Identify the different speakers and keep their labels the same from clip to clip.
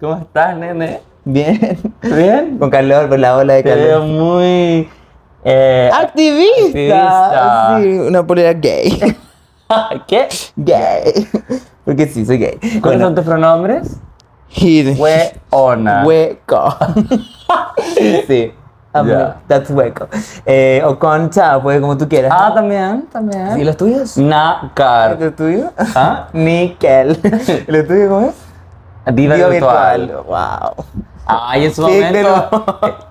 Speaker 1: ¿Cómo estás, nene?
Speaker 2: Bien.
Speaker 1: ¿Bien?
Speaker 2: Con Carlos por la ola de
Speaker 1: Te veo
Speaker 2: Carlos.
Speaker 1: muy... eh,
Speaker 2: ¡Activista!
Speaker 1: Activista.
Speaker 2: Sí, una polera gay.
Speaker 1: ah, ¿Qué?
Speaker 2: gay. Porque sí, soy gay.
Speaker 1: ¿Cuáles son tus pronombres?
Speaker 2: he-
Speaker 1: Weona.
Speaker 2: Hueco. sí. amo.
Speaker 1: Ya.
Speaker 2: That's hueco. Eh, o concha, pues como tú quieras.
Speaker 1: Ah, también, también.
Speaker 2: ¿Y los tuyos?
Speaker 1: Nacar.
Speaker 2: ¿Los tuyos?
Speaker 1: ¿Ah?
Speaker 2: Níquel. ¿Los tuyos cómo es?
Speaker 1: Diva,
Speaker 2: Diva
Speaker 1: virtual.
Speaker 2: Wow.
Speaker 1: Ay, en su
Speaker 2: Sí,
Speaker 1: momento.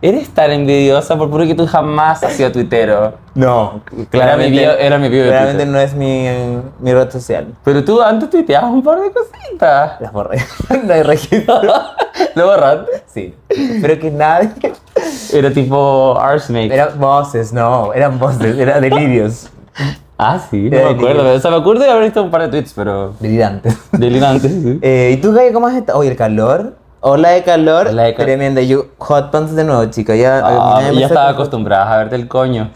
Speaker 1: Eres tan envidiosa por puro que tú jamás has sido tuitero.
Speaker 2: No,
Speaker 1: Era mi bio, era mi bio de
Speaker 2: Claramente
Speaker 1: Twitter.
Speaker 2: no es mi, eh, mi red social.
Speaker 1: Pero tú antes tuiteabas un par de cositas.
Speaker 2: Las borré. no hay registro.
Speaker 1: ¿Lo borraste?
Speaker 2: Sí. Pero que nadie.
Speaker 1: Era tipo Arsenic.
Speaker 2: Eran voces, no. Eran voces, eran delirios.
Speaker 1: Ah, sí, no
Speaker 2: Era
Speaker 1: me acuerdo.
Speaker 2: delirante.
Speaker 1: O sea, me acuerdo de haber visto un par de tweets, pero
Speaker 2: Delirantes.
Speaker 1: delirantes. sí.
Speaker 2: Eh, ¿Y tú, Gaby, cómo has estado? Oye, el calor. Ola de calor.
Speaker 1: Ola de calor.
Speaker 2: Tremenda. Yo, hot pants de nuevo, chica. Ya,
Speaker 1: Ah,
Speaker 2: a mí nadie me
Speaker 1: ya estaba
Speaker 2: saca-
Speaker 1: acostumbrada a verte el coño.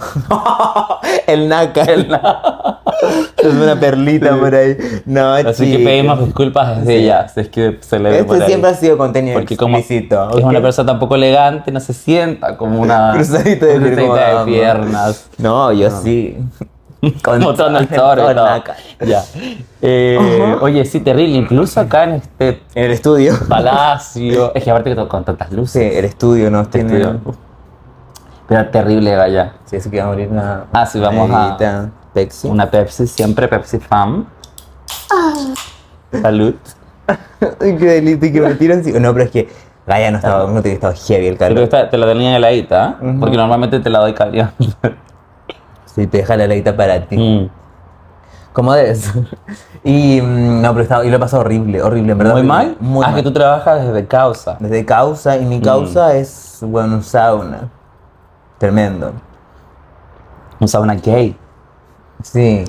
Speaker 2: el naca. Es una perlita por ahí. No,
Speaker 1: Así que
Speaker 2: chica.
Speaker 1: pedimos disculpas desde ya, si es que se le ve por
Speaker 2: Este
Speaker 1: ahí.
Speaker 2: siempre ha sido contenido
Speaker 1: Porque como
Speaker 2: explícito.
Speaker 1: es
Speaker 2: ¿ok?
Speaker 1: una persona tan poco elegante, no se sienta como una
Speaker 2: Cruzadita de,
Speaker 1: una
Speaker 2: piernas.
Speaker 1: cruzadita de piernas.
Speaker 2: No, yo sí. Con
Speaker 1: Mostrando el toro y
Speaker 2: con
Speaker 1: todo.
Speaker 2: naca.
Speaker 1: Ya. Eh, Oye, sí, terrible. Incluso acá en este
Speaker 2: En el estudio.
Speaker 1: palacio. Es que aparte que to- con tantas
Speaker 2: Sí,
Speaker 1: luces.
Speaker 2: el estudio nos tiene.
Speaker 1: estudio. Pero terrible, Gaya.
Speaker 2: Sí, eso que va a abrir una.
Speaker 1: Ah, sí, vamos a-
Speaker 2: a. Pepsi.
Speaker 1: Una Pepsi, siempre Pepsi fan.
Speaker 2: Ah.
Speaker 1: Salud.
Speaker 2: Ay, qué delito, y que me tiro encima. No, pero es que Gaia no estaba, no te estaba heavy el
Speaker 1: Creo que
Speaker 2: calor.
Speaker 1: esta te la tenía heladita, ¿eh?
Speaker 2: Ujú.
Speaker 1: porque normalmente te la doy caliente.
Speaker 2: Sí, te deja la leita para ti.
Speaker 1: Mm.
Speaker 2: ¿Cómo debes? Y mm, no, pero estaba, y lo he pasado horrible, horrible, en verdad.
Speaker 1: ¿Muy
Speaker 2: horrible.
Speaker 1: mal?
Speaker 2: Muy
Speaker 1: ah,
Speaker 2: mal.
Speaker 1: que tú Mm. trabajas desde causa.
Speaker 2: Desde causa, y mi causa es, bueno, un sauna. Tremendo.
Speaker 1: Un sauna gay.
Speaker 2: Sí,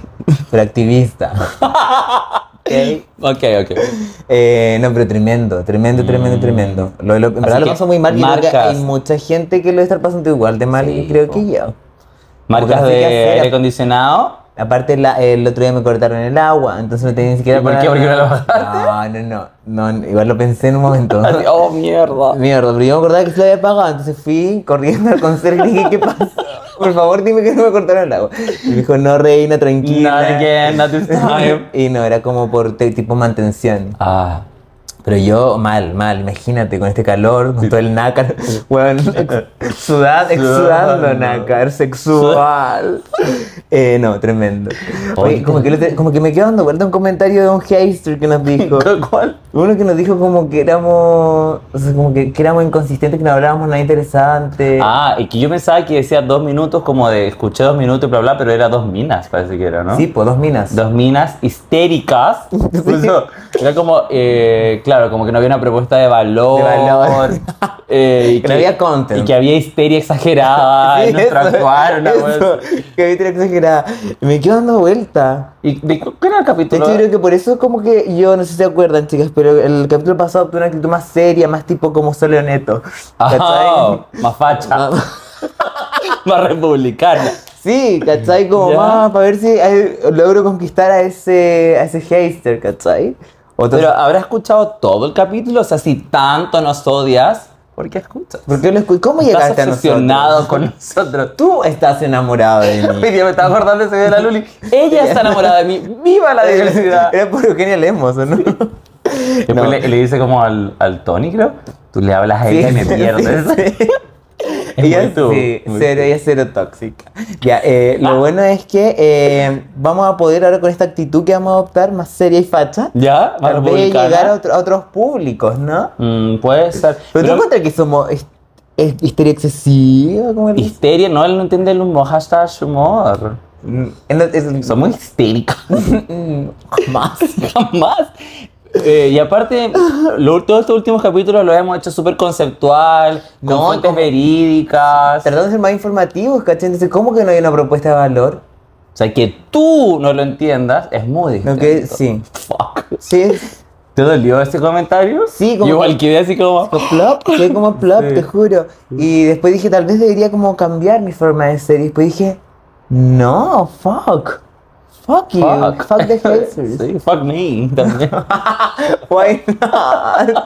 Speaker 2: pero activista. Ok.
Speaker 1: Ok, ok.
Speaker 2: Eh, no, pero tremendo, tremendo, tremendo, tremendo. Lo, lo- en verdad lo
Speaker 1: Mm. que
Speaker 2: pasó muy mal y creo que
Speaker 1: marcas.
Speaker 2: hay mucha gente que lo está pasando igual de mal
Speaker 1: Sí,
Speaker 2: creo
Speaker 1: po.
Speaker 2: que yo.
Speaker 1: Marcas
Speaker 2: Porque no sé
Speaker 1: de
Speaker 2: qué hacer.
Speaker 1: aire acondicionado.
Speaker 2: Aparte, la- el otro día me cortaron el agua, entonces no tenía ni siquiera
Speaker 1: ¿Y por
Speaker 2: para
Speaker 1: qué? ¿Por qué no lo
Speaker 2: No, no, no, no, igual lo pensé en un momento.
Speaker 1: Así, oh, mierda.
Speaker 2: Mierda, pero yo me acordaba que se lo había pagado, entonces fui corriendo al conserje y dije, ¿qué pasó? Por favor, dime que no me cortaron el agua. Y me dijo, no, reina,
Speaker 1: Not
Speaker 2: tranquila.
Speaker 1: again, not this time.
Speaker 2: y no, era como por te- tipo mantención.
Speaker 1: Ah,
Speaker 2: Pero yo, mal, mal, imagínate, con este calor, con todo el nácar, weón, ex- sudad, exudando
Speaker 1: Sudando.
Speaker 2: nácar, sexual. Eh, no, tremendo. Oye, como que, lo te- como que me quedo dando vuelta un comentario de un hater que nos dijo.
Speaker 1: ¿cuál?
Speaker 2: Uno que nos dijo como que éramos, o sea, como que, que éramos inconsistentes, que no hablábamos nada interesante.
Speaker 1: Ah, y que yo pensaba que decía dos minutos, como de escuché dos minutos y bla, bla, pero era dos minas, parece que era, ¿no?
Speaker 2: Sí, pues dos minas.
Speaker 1: dos minas histéricas. Puso- era como, eh, claro, como que no había una propuesta de valor.
Speaker 2: De valor.
Speaker 1: eh, y
Speaker 2: Que no había content.
Speaker 1: Y que había histeria exagerada
Speaker 2: Sí,
Speaker 1: en nuestro
Speaker 2: eso,
Speaker 1: actuar. una
Speaker 2: eso,
Speaker 1: wea así.
Speaker 2: que viste exagerada. Me quedo dando vuelta.
Speaker 1: ¿Y de cu- qué era el
Speaker 2: De
Speaker 1: capítulo?
Speaker 2: hecho, yo creo que por eso es como que yo, no sé si se acuerdan, chicas, pero el capítulo pasado tuve una actitud más seria, más tipo como solo neto.
Speaker 1: Ah,
Speaker 2: ¿Cachai?
Speaker 1: más facha.
Speaker 2: Ah.
Speaker 1: más republicana.
Speaker 2: Sí, ¿cachai? Como
Speaker 1: Ya.
Speaker 2: más para ver si eh, logro conquistar a ese, a ese hater, ¿cachai? O
Speaker 1: Pero habrá escuchado todo el capítulo, o sea, si tanto nos odias, ¿por qué escuchas?
Speaker 2: ¿Por qué no escu- ¿Cómo
Speaker 1: Estás
Speaker 2: llegaste a nosotros?
Speaker 1: obsesionado con nosotros.
Speaker 2: Tú estás enamorado de mí.
Speaker 1: Hoy día me estaba acordando ese video de la Luli. Ella está enamorada de mí. ¡Viva la diversidad!
Speaker 2: Era por Eugenia Lemos, ¿o no?
Speaker 1: Después le, le dice como al, al Tony, creo. Tú le hablas a ella y me pierdes.
Speaker 2: sí.
Speaker 1: Es
Speaker 2: Ella
Speaker 1: muy tú,
Speaker 2: sí,
Speaker 1: muy
Speaker 2: cero,
Speaker 1: tú.
Speaker 2: ella es cero tóxica. Ya, eh,
Speaker 1: Ah.
Speaker 2: lo bueno es que eh, vamos a poder ahora con esta actitud que vamos a adoptar, más seria y facha,
Speaker 1: ¿Ya? ¿Más
Speaker 2: tal vez
Speaker 1: republicana?
Speaker 2: llegar a, otro- a otros públicos, ¿no?
Speaker 1: Mm, puede ser.
Speaker 2: Pero tú
Speaker 1: Pero
Speaker 2: encuentras que somos his- his- histeria excesiva, como el...
Speaker 1: histeria, no, él no entiende el humor. Hashtag humor.
Speaker 2: Mm,
Speaker 1: Somos histéricas.
Speaker 2: más.
Speaker 1: Jamás. Eh, y aparte, lo- todos estos últimos capítulos lo hemos hecho súper conceptual, con
Speaker 2: No,
Speaker 1: fuentes
Speaker 2: como-
Speaker 1: verídicas.
Speaker 2: Tratando de ser más informativos, ¿cachai? Entonces, ¿cómo que no hay una propuesta de valor?
Speaker 1: O sea, que tú no lo entiendas es muy
Speaker 2: No,
Speaker 1: distinto.
Speaker 2: que sí.
Speaker 1: Fuck.
Speaker 2: Sí,
Speaker 1: ¿Te dolió ese comentario?
Speaker 2: Sí, como
Speaker 1: Yo igual
Speaker 2: que-
Speaker 1: quedé así como...
Speaker 2: Como plop, quedé como plop,
Speaker 1: Sí.
Speaker 2: te juro. Y después dije, tal vez debería como cambiar mi forma de ser. Y después dije, no, fuck. Fuck you. Fuck, the haters.
Speaker 1: Sí, fuck me también.
Speaker 2: Why not?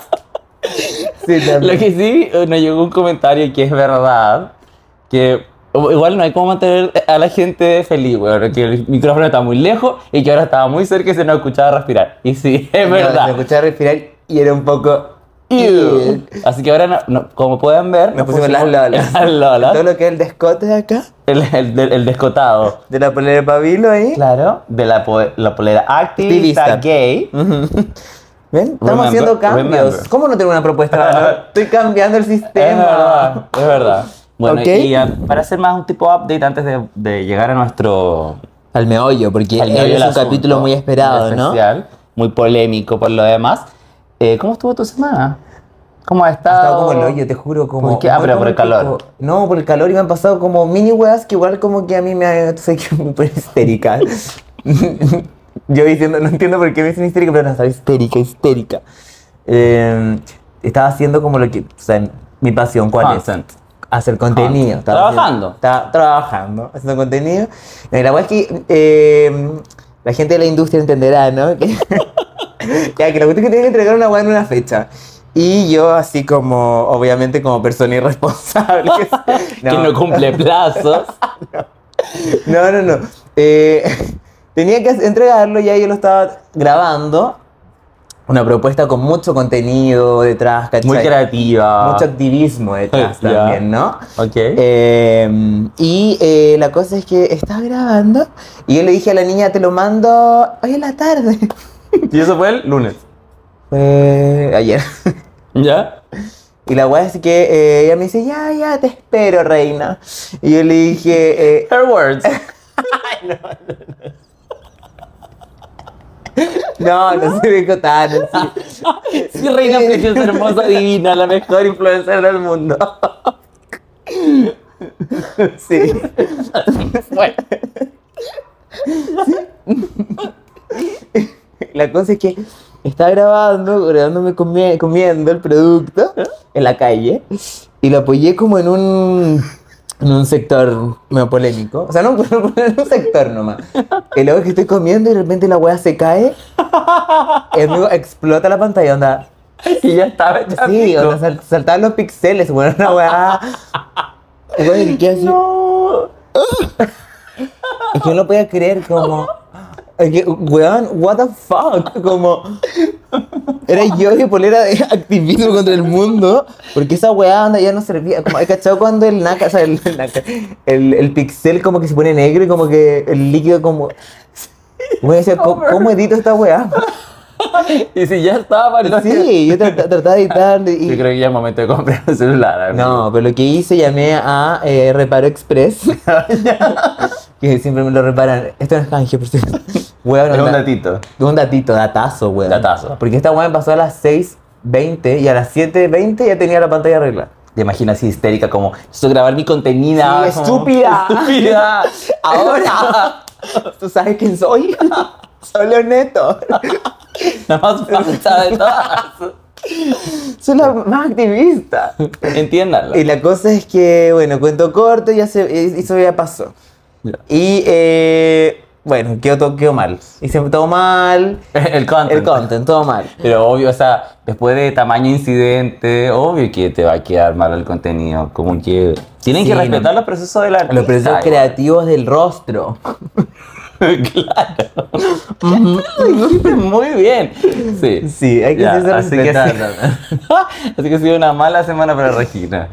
Speaker 2: Sí,
Speaker 1: Lo
Speaker 2: también.
Speaker 1: que sí, eh, nos llegó un comentario que es verdad, que o- igual no hay como mantener a la gente feliz, weón, que el micrófono está muy lejos y que ahora estaba muy cerca y se nos escuchaba respirar. Y sí, es
Speaker 2: No,
Speaker 1: verdad.
Speaker 2: Me escuchaba respirar y era un poco.
Speaker 1: Ew. Así que ahora, no- no- como pueden ver,
Speaker 2: Nos pusimos las lolas.
Speaker 1: las lolas,
Speaker 2: Todo lo que es el descote de acá,
Speaker 1: el, el- el- el descotado.
Speaker 2: de la polera de pabilo ahí.
Speaker 1: Claro, de la, po- la polera activista,
Speaker 2: Activista.
Speaker 1: gay.
Speaker 2: ¿Ven? Estamos
Speaker 1: Remember-
Speaker 2: haciendo cambios.
Speaker 1: remember.
Speaker 2: ¿Cómo no tengo una propuesta? de valor? Estoy cambiando el
Speaker 1: Es
Speaker 2: sistema.
Speaker 1: verdad, es verdad. Bueno,
Speaker 2: Ok.
Speaker 1: y ah, para hacer más un tipo de update antes de- de llegar a nuestro
Speaker 2: Al meollo, porque
Speaker 1: al meollo
Speaker 2: él
Speaker 1: del
Speaker 2: es un
Speaker 1: asunto,
Speaker 2: capítulo muy esperado,
Speaker 1: muy
Speaker 2: ¿no?
Speaker 1: especial, Muy polémico por lo demás. Eh, ¿Cómo estuvo tu semana? ¿Cómo ha estado?
Speaker 2: Estaba como el hoyo, te juro, como...
Speaker 1: ¿Por qué? Ah,
Speaker 2: muy
Speaker 1: pero por el
Speaker 2: complicado.
Speaker 1: calor.
Speaker 2: No, por el calor y me han pasado como mini weas que igual como que a mí me ha... Sé que me pone histérica. Yo diciendo, no entiendo por qué me dicen histérica, pero no, estaba histérica, histérica. Eh, estaba haciendo como lo que... O sea, mi pasión, ¿cuál
Speaker 1: Content.
Speaker 2: es? Hacer contenido.
Speaker 1: Content.
Speaker 2: Estaba
Speaker 1: Trabajando.
Speaker 2: haciendo- estaba trabajando, haciendo contenido. No, y la wea es que... eh, la gente de la industria entenderá, ¿no? Que- ya, que la cuestión es que tienen que entregar una weá en una fecha. Y yo así como, obviamente como persona irresponsable.
Speaker 1: Que no cumple plazos.
Speaker 2: no, no, no. Eh, tenía que entregarlo y ahí yo lo estaba grabando. Una propuesta con mucho contenido detrás, ¿cachai?
Speaker 1: muy creativa.
Speaker 2: Mucho activismo detrás
Speaker 1: Ya.
Speaker 2: también, ¿no?
Speaker 1: Ok.
Speaker 2: Eh, y eh, la cosa es que estaba grabando y yo le dije a la niña, te lo mando hoy en la tarde.
Speaker 1: y eso fue el lunes.
Speaker 2: Fue Eh, ayer.
Speaker 1: ¿Ya?
Speaker 2: Y la weá es que eh, ella me dice, ya, ya, te espero, reina. Y yo le dije, eh,
Speaker 1: Her words.
Speaker 2: no, no se dijo tan así.
Speaker 1: Sí, reina preciosa, hermosa, divina, la mejor influencer del mundo.
Speaker 2: Sí.
Speaker 1: Bueno,
Speaker 2: La cosa es que estaba grabando, grabándome comi- comiendo el producto en la calle. Y lo apoyé como en un, en un sector medio polémico. O sea, no, no, en un sector nomás. Y luego que estoy comiendo y de repente la weá se cae. Y luego explota la pantalla, onda.
Speaker 1: y ya estaba hecha
Speaker 2: Sí,
Speaker 1: pico.
Speaker 2: o sea, sal- saltaban los pixeles, weón, una weá. Weón, ¿qué así?
Speaker 1: No.
Speaker 2: Es que yo no podía creer, como. es que, weón, what the fuck, como. Era yo de polera de activismo contra el mundo, porque esa weá anda ya no servía. Como, ¿Has cachado cuando el naca, o sea, el, el naca, el, el pixel como que se pone negro y como que el líquido como. Weón, decía, ¿cómo, cómo edito esta weá?
Speaker 1: Y si ya estaba, no
Speaker 2: Sí, yo tra- tra- trataba de editar y.
Speaker 1: Yo creo que ya es momento de comprar un celular. amigo.
Speaker 2: No, pero lo que hice llamé a eh, Reparo Express. que siempre me lo reparan. Esto no es canje, por cierto. Weón,
Speaker 1: Es un
Speaker 2: onda-
Speaker 1: datito.
Speaker 2: un datito, datazo, weón.
Speaker 1: Datazo.
Speaker 2: Porque esta weón pasó a las 6.20 y a las 7.20 ya tenía la pantalla arreglada.
Speaker 1: Te imagino así histérica como, necesito grabar mi contenida.
Speaker 2: Sí,
Speaker 1: como,
Speaker 2: estúpida.
Speaker 1: Estúpida.
Speaker 2: Ahora, ¿tú sabes quién soy? Soy Leoneto.
Speaker 1: Nada más falta de todas.
Speaker 2: Soy la más activista.
Speaker 1: Entiéndanlo.
Speaker 2: Y la cosa es que, bueno, cuento corto, ya se, eso ya pasó.
Speaker 1: Ya.
Speaker 2: Y, eh, bueno, quedó, todo, quedó mal. Hice todo mal.
Speaker 1: El content.
Speaker 2: El content, todo mal.
Speaker 1: Pero obvio, o sea, después de tamaño incidente, obvio que te va a quedar mal el contenido. Como que tienen
Speaker 2: Sí,
Speaker 1: que respetar los procesos de la
Speaker 2: Los procesos creativos del rostro.
Speaker 1: claro. Muy bien. Sí.
Speaker 2: Sí, hay que
Speaker 1: Ya,
Speaker 2: hacerse
Speaker 1: así que,
Speaker 2: respetar.
Speaker 1: sí. así que ha sido una mala semana para Regina.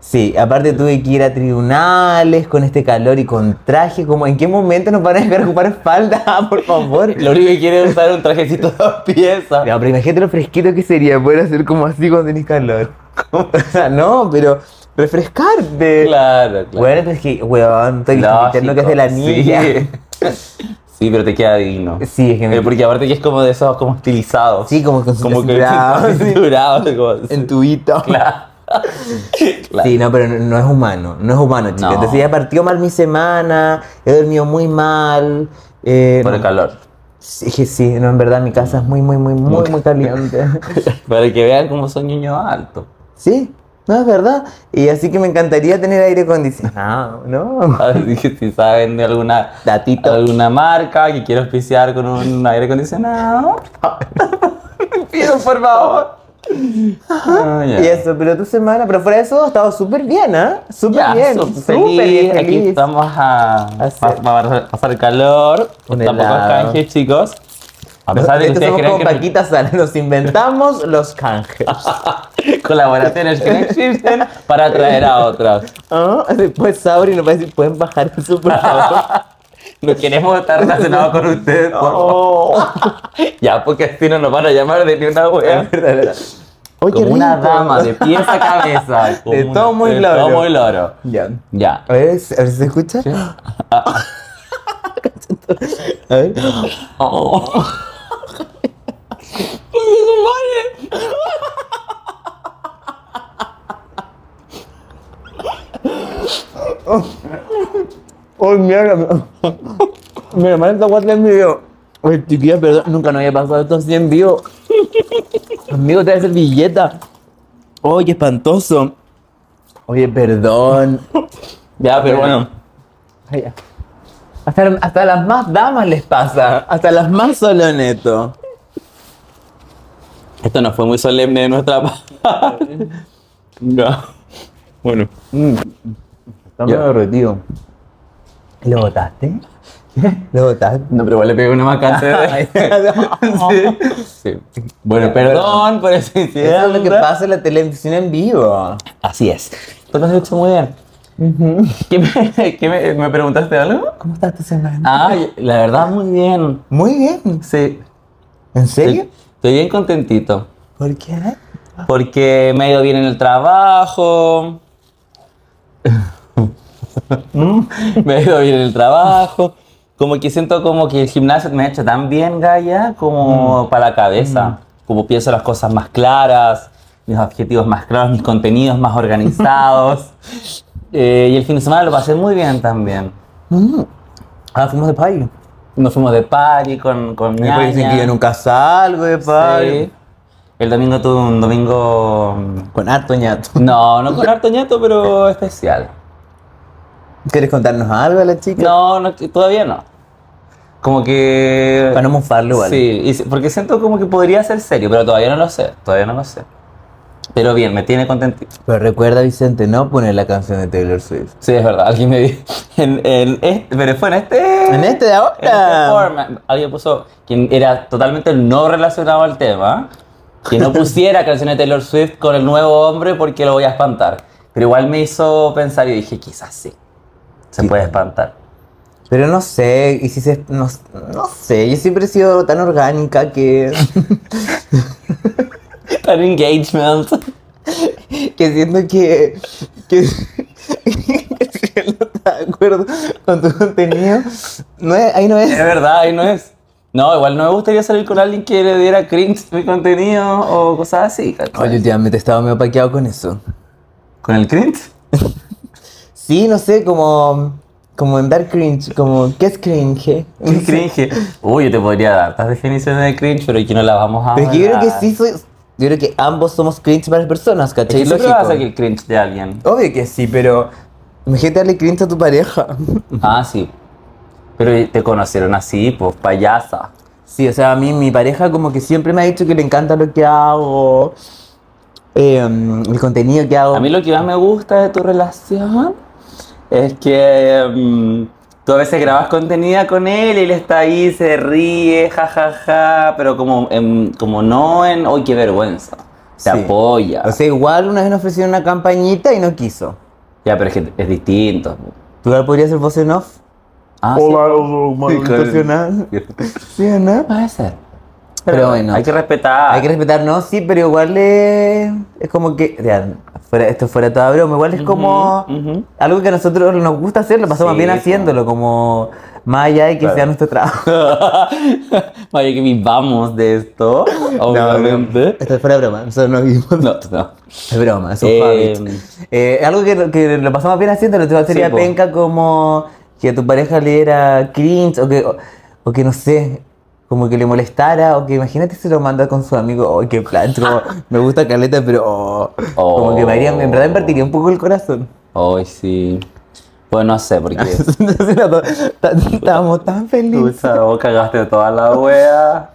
Speaker 2: Sí, aparte tuve que ir a tribunales con este calor y con traje. Como, ¿En qué momento nos van a dejar ocupar falda? Ah, Por favor.
Speaker 1: Lo único que quiere es usar un trajecito de dos piezas.
Speaker 2: No, pero imagínate lo fresquito que sería poder hacer como así cuando tenés calor. O sea, no, pero refrescarte.
Speaker 1: Claro, claro.
Speaker 2: Bueno, pues que, weón, estoy
Speaker 1: Lógico,
Speaker 2: interno que es de la niña.
Speaker 1: Sí. Sí, pero te queda digno.
Speaker 2: Sí, es que me-
Speaker 1: Eh, porque aparte que es como de esos como estilizados.
Speaker 2: Sí, como con
Speaker 1: como que
Speaker 2: cinturado, sí,
Speaker 1: cinturados. como-
Speaker 2: en tubito.
Speaker 1: Claro. Claro.
Speaker 2: Sí, no, pero no, no es humano, no es humano, chicos.
Speaker 1: No.
Speaker 2: Entonces ya partió mal mi semana, he dormido muy mal. eh,
Speaker 1: Por el
Speaker 2: no.
Speaker 1: calor.
Speaker 2: Sí, que sí, no, en verdad mi casa es muy, muy, muy, muy, muy caliente.
Speaker 1: Para que vean cómo son niños altos.
Speaker 2: sí, no, es verdad. Y así que me encantaría tener aire acondicionado, ¿no?
Speaker 1: Así que si saben de alguna,
Speaker 2: Datito.
Speaker 1: alguna marca que quiera auspiciar con un aire acondicionado, pido por favor. Ah, ya.
Speaker 2: Y eso, pero tu semana, pero fuera de eso, ha estado súper bien, ¿ah? Súper
Speaker 1: Ya,
Speaker 2: bien,
Speaker 1: so-
Speaker 2: súper bien,
Speaker 1: feliz. Aquí
Speaker 2: feliz.
Speaker 1: estamos a,
Speaker 2: Hacer-
Speaker 1: pa- pa- pasar calor.
Speaker 2: Un
Speaker 1: Tampoco
Speaker 2: helado.
Speaker 1: canjes, chicos. A pesar de que ustedes
Speaker 2: Nosotros somos
Speaker 1: creen
Speaker 2: como
Speaker 1: que
Speaker 2: Paquita Sara, nos inventamos los canjes.
Speaker 1: colaboraciones que no existen para atraer a otros.
Speaker 2: Ah, Después Sauri nos va a decir, pueden bajar su por favor.
Speaker 1: No queremos estar relacionados con ustedes. por favor.
Speaker 2: Oh,
Speaker 1: Ya, porque si no nos van a llamar de ni una wea.
Speaker 2: es verdad, es verdad. Oye,
Speaker 1: como una
Speaker 2: rico.
Speaker 1: dama de pies a cabeza. como
Speaker 2: De
Speaker 1: una-
Speaker 2: tomo y
Speaker 1: de
Speaker 2: loro.
Speaker 1: tomo y loro.
Speaker 2: Ya.
Speaker 1: Ya.
Speaker 2: A ver, si- a ver si se escucha. A ver. Oh, mira, mi hermana está guardando en video. Oye, chiquilla, perdón, nunca nos había pasado esto así en vivo. Amigo, trae servilleta. Oye, espantoso. Oye, perdón.
Speaker 1: Ya, pero bueno.
Speaker 2: Ay, ya. Hasta, hasta las más damas les pasa. Hasta las más soloneto.
Speaker 1: Esto no fue muy solemne de nuestra parte. No. Bueno.
Speaker 2: Está
Speaker 1: medio
Speaker 2: derretido. ¿Lo votaste? ¿Lo votaste?
Speaker 1: No, pero igual le pegué una macante de... sí. Sí. Bueno, perdón por ese incidente.
Speaker 2: Eso es lo que pasa en la televisión en vivo.
Speaker 1: Así es. Tú lo has hecho muy bien. ¿Qué me, qué me- me preguntaste algo?
Speaker 2: ¿Cómo estás esta semana?
Speaker 1: Ay, la verdad, muy bien.
Speaker 2: Muy bien.
Speaker 1: Sí.
Speaker 2: ¿En serio?
Speaker 1: Estoy, estoy bien contentito.
Speaker 2: ¿Por qué?
Speaker 1: Porque me ha ido bien en el trabajo. me ha ido bien en el trabajo. Como que siento como que el gimnasio me ha hecho tan bien, Gaia,
Speaker 2: Mm.
Speaker 1: como para la cabeza. Como pienso las cosas más claras, mis objetivos más claros, mis contenidos más organizados. Eh, y el fin de semana lo pasé muy bien también.
Speaker 2: Ah, fuimos de payo.
Speaker 1: Nos fuimos de party con, con
Speaker 2: Me parece
Speaker 1: ñaña.
Speaker 2: que yo nunca salgo de payo.
Speaker 1: Sí. El domingo tuve un domingo... mm,
Speaker 2: Con harto ñato.
Speaker 1: No, no con harto ñato, pero especial.
Speaker 2: ¿Quieres contarnos algo a la chica?
Speaker 1: No, no, que todavía no. Como que...
Speaker 2: Para no mofarlo, ¿vale?
Speaker 1: Sí, y si- porque siento como que podría ser serio, pero todavía no lo sé, todavía no lo sé. Pero bien, me tiene contentito.
Speaker 2: Pero recuerda, Vicente, no poner la canción de Taylor Swift.
Speaker 1: Sí, es verdad, alguien me dijo... En, en este- pero fue en este...
Speaker 2: En este de ahora.
Speaker 1: en este forma, alguien puso que era totalmente no relacionado al tema, que no pusiera canciones de Taylor Swift con el nuevo hombre porque lo voy a espantar. Pero igual me hizo pensar y dije, quizás sí, se
Speaker 2: Sí.
Speaker 1: puede espantar.
Speaker 2: Pero no sé, y si se, no, no sé, yo siempre he sido tan orgánica que,
Speaker 1: Tan engagement.
Speaker 2: que siento que, que, que si él no está de acuerdo con tu contenido, no es- ahí no
Speaker 1: Es
Speaker 2: es.
Speaker 1: verdad, ahí no es. No, igual no me gustaría salir con alguien que le diera cringe mi contenido o cosas así. ¿cachai?
Speaker 2: Oye, últimamente he estado medio paqueado con eso.
Speaker 1: ¿Con el cringe?
Speaker 2: Sí, no sé, como, como en dar cringe, como, ¿qué es cringe?
Speaker 1: ¿Qué cringe? Uy, yo te podría dar estas definiciones de cringe, pero aquí no las vamos a
Speaker 2: Pero es que yo creo que
Speaker 1: hablar.
Speaker 2: sí soy, yo creo que ambos somos cringe para las personas,
Speaker 1: Es
Speaker 2: ¿cachai?
Speaker 1: que siempre
Speaker 2: Lógico.
Speaker 1: vas a sacar el cringe de alguien.
Speaker 2: Obvio que sí, pero imagínate darle cringe a tu pareja.
Speaker 1: Ah, sí. Pero te conocieron así, pues, payasa.
Speaker 2: Sí, o sea, a mí mi pareja como que siempre me ha dicho que le encanta lo que hago, eh, el contenido que hago.
Speaker 1: A mí lo que más me gusta de tu relación es que mm, tú a veces grabas contenido con él y él está ahí, se ríe, jajaja, pero como, en- como no en, ¡ay, qué vergüenza! Te
Speaker 2: Sí.
Speaker 1: apoya.
Speaker 2: O sea, igual una vez nos ofrecieron una campañita y no quiso.
Speaker 1: ya, pero es que es distinto.
Speaker 2: ¿Tú ahora podrías ser voz en off?
Speaker 1: Ah,
Speaker 2: Sí, educacional.
Speaker 1: sí.
Speaker 2: ¿Sí o no?
Speaker 1: Puede ser.
Speaker 2: Pero bueno.
Speaker 1: Hay que respetar.
Speaker 2: Hay que respetar, no, sí, pero igual es, es como que, ya, fuera, esto fuera toda broma, igual es como
Speaker 1: ujú.
Speaker 2: algo que a nosotros nos gusta hacer, lo pasamos
Speaker 1: Sí,
Speaker 2: bien
Speaker 1: po.
Speaker 2: haciéndolo, como más allá de que
Speaker 1: Claro.
Speaker 2: sea nuestro trabajo.
Speaker 1: Vaya que vivamos de esto, obviamente.
Speaker 2: Esto fuera broma, nosotros no vivimos de
Speaker 1: No, no.
Speaker 2: Es broma, es un
Speaker 1: Eh,
Speaker 2: habit. Eh, algo que, que lo pasamos bien haciendo, lo que sería
Speaker 1: po.
Speaker 2: penca como que a tu pareja le diera cringe o que, o, o que no sé, como que le molestara o que imagínate se lo manda con su amigo, ¡ay, qué plan! como, me gusta Caleta, pero oh, como que me haría, en
Speaker 1: Oh.
Speaker 2: verdad me partiría un poco el corazón.
Speaker 1: Hoy sí. Pues no sé, porque
Speaker 2: Entonces, no, ta- estábamos tan felices.
Speaker 1: pucha, vos cagaste toda la wea.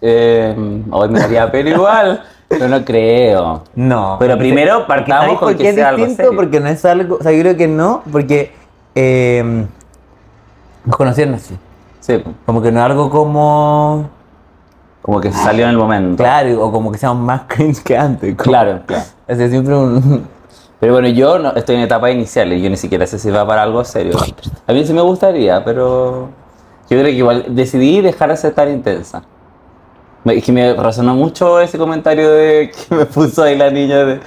Speaker 1: Eh, hoy me Em, daría pena igual. Yo no creo.
Speaker 2: No.
Speaker 1: Pero primero
Speaker 2: ¿Sabéis
Speaker 1: partamos con
Speaker 2: por
Speaker 1: que
Speaker 2: qué
Speaker 1: sea
Speaker 2: es
Speaker 1: algo
Speaker 2: distinto?
Speaker 1: serio.
Speaker 2: Porque no es algo. O sea, yo creo que no, porque eh, nos conocieron así.
Speaker 1: Sí,
Speaker 2: Como que no es algo como.
Speaker 1: como que salió en el momento.
Speaker 2: Claro, o como que seamos más cringe que antes. como-
Speaker 1: Claro, claro.
Speaker 2: O sea, siempre un.
Speaker 1: Pero bueno, yo no, estoy en etapa inicial y yo ni siquiera sé si va para algo serio. A mí sí me gustaría, pero yo creo que igual decidí dejar de ser tan intensa. Me- Es que me resonó mucho ese comentario de que me puso ahí la niña de,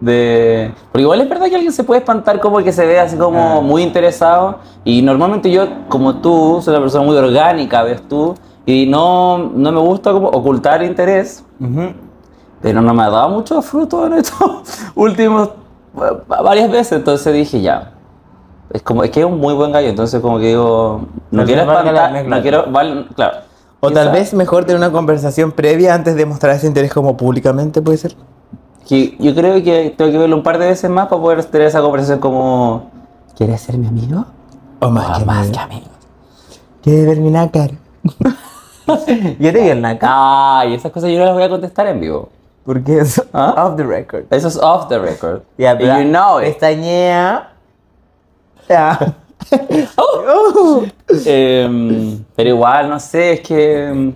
Speaker 1: de- Porque igual es verdad que alguien se puede espantar como que se ve así como muy interesado y normalmente yo, como tú, soy una persona muy orgánica, ves tú, y no, no me gusta como ocultar interés.
Speaker 2: Ujú.
Speaker 1: Pero no me ha dado mucho fruto en estos últimos va- varias veces, entonces dije ya. Es como es que es un muy buen gallo, entonces como que digo, no
Speaker 2: Tal
Speaker 1: quiero
Speaker 2: vez valga la
Speaker 1: espantar,
Speaker 2: pena,
Speaker 1: no quiero, val- claro.
Speaker 2: O tal
Speaker 1: Quizá-
Speaker 2: vez mejor tener una conversación previa antes de mostrar ese interés como públicamente, puede ser.
Speaker 1: que yo creo que tengo que verlo un par de veces más para poder tener esa conversación como ¿Quieres ser mi amigo?
Speaker 2: O más
Speaker 1: Ah,
Speaker 2: que
Speaker 1: más
Speaker 2: más.
Speaker 1: que amigo.
Speaker 2: ¿Quieres ver mi nácar? Yo te vi el nácar.
Speaker 1: Ay, esas cosas yo no las voy a contestar en vivo.
Speaker 2: Porque es
Speaker 1: ¿Ah?
Speaker 2: off the record.
Speaker 1: Eso es off the record.
Speaker 2: Ya,
Speaker 1: Y you know it.
Speaker 2: Pestañea. Ya.
Speaker 1: Em, pero igual, no sé, es que em,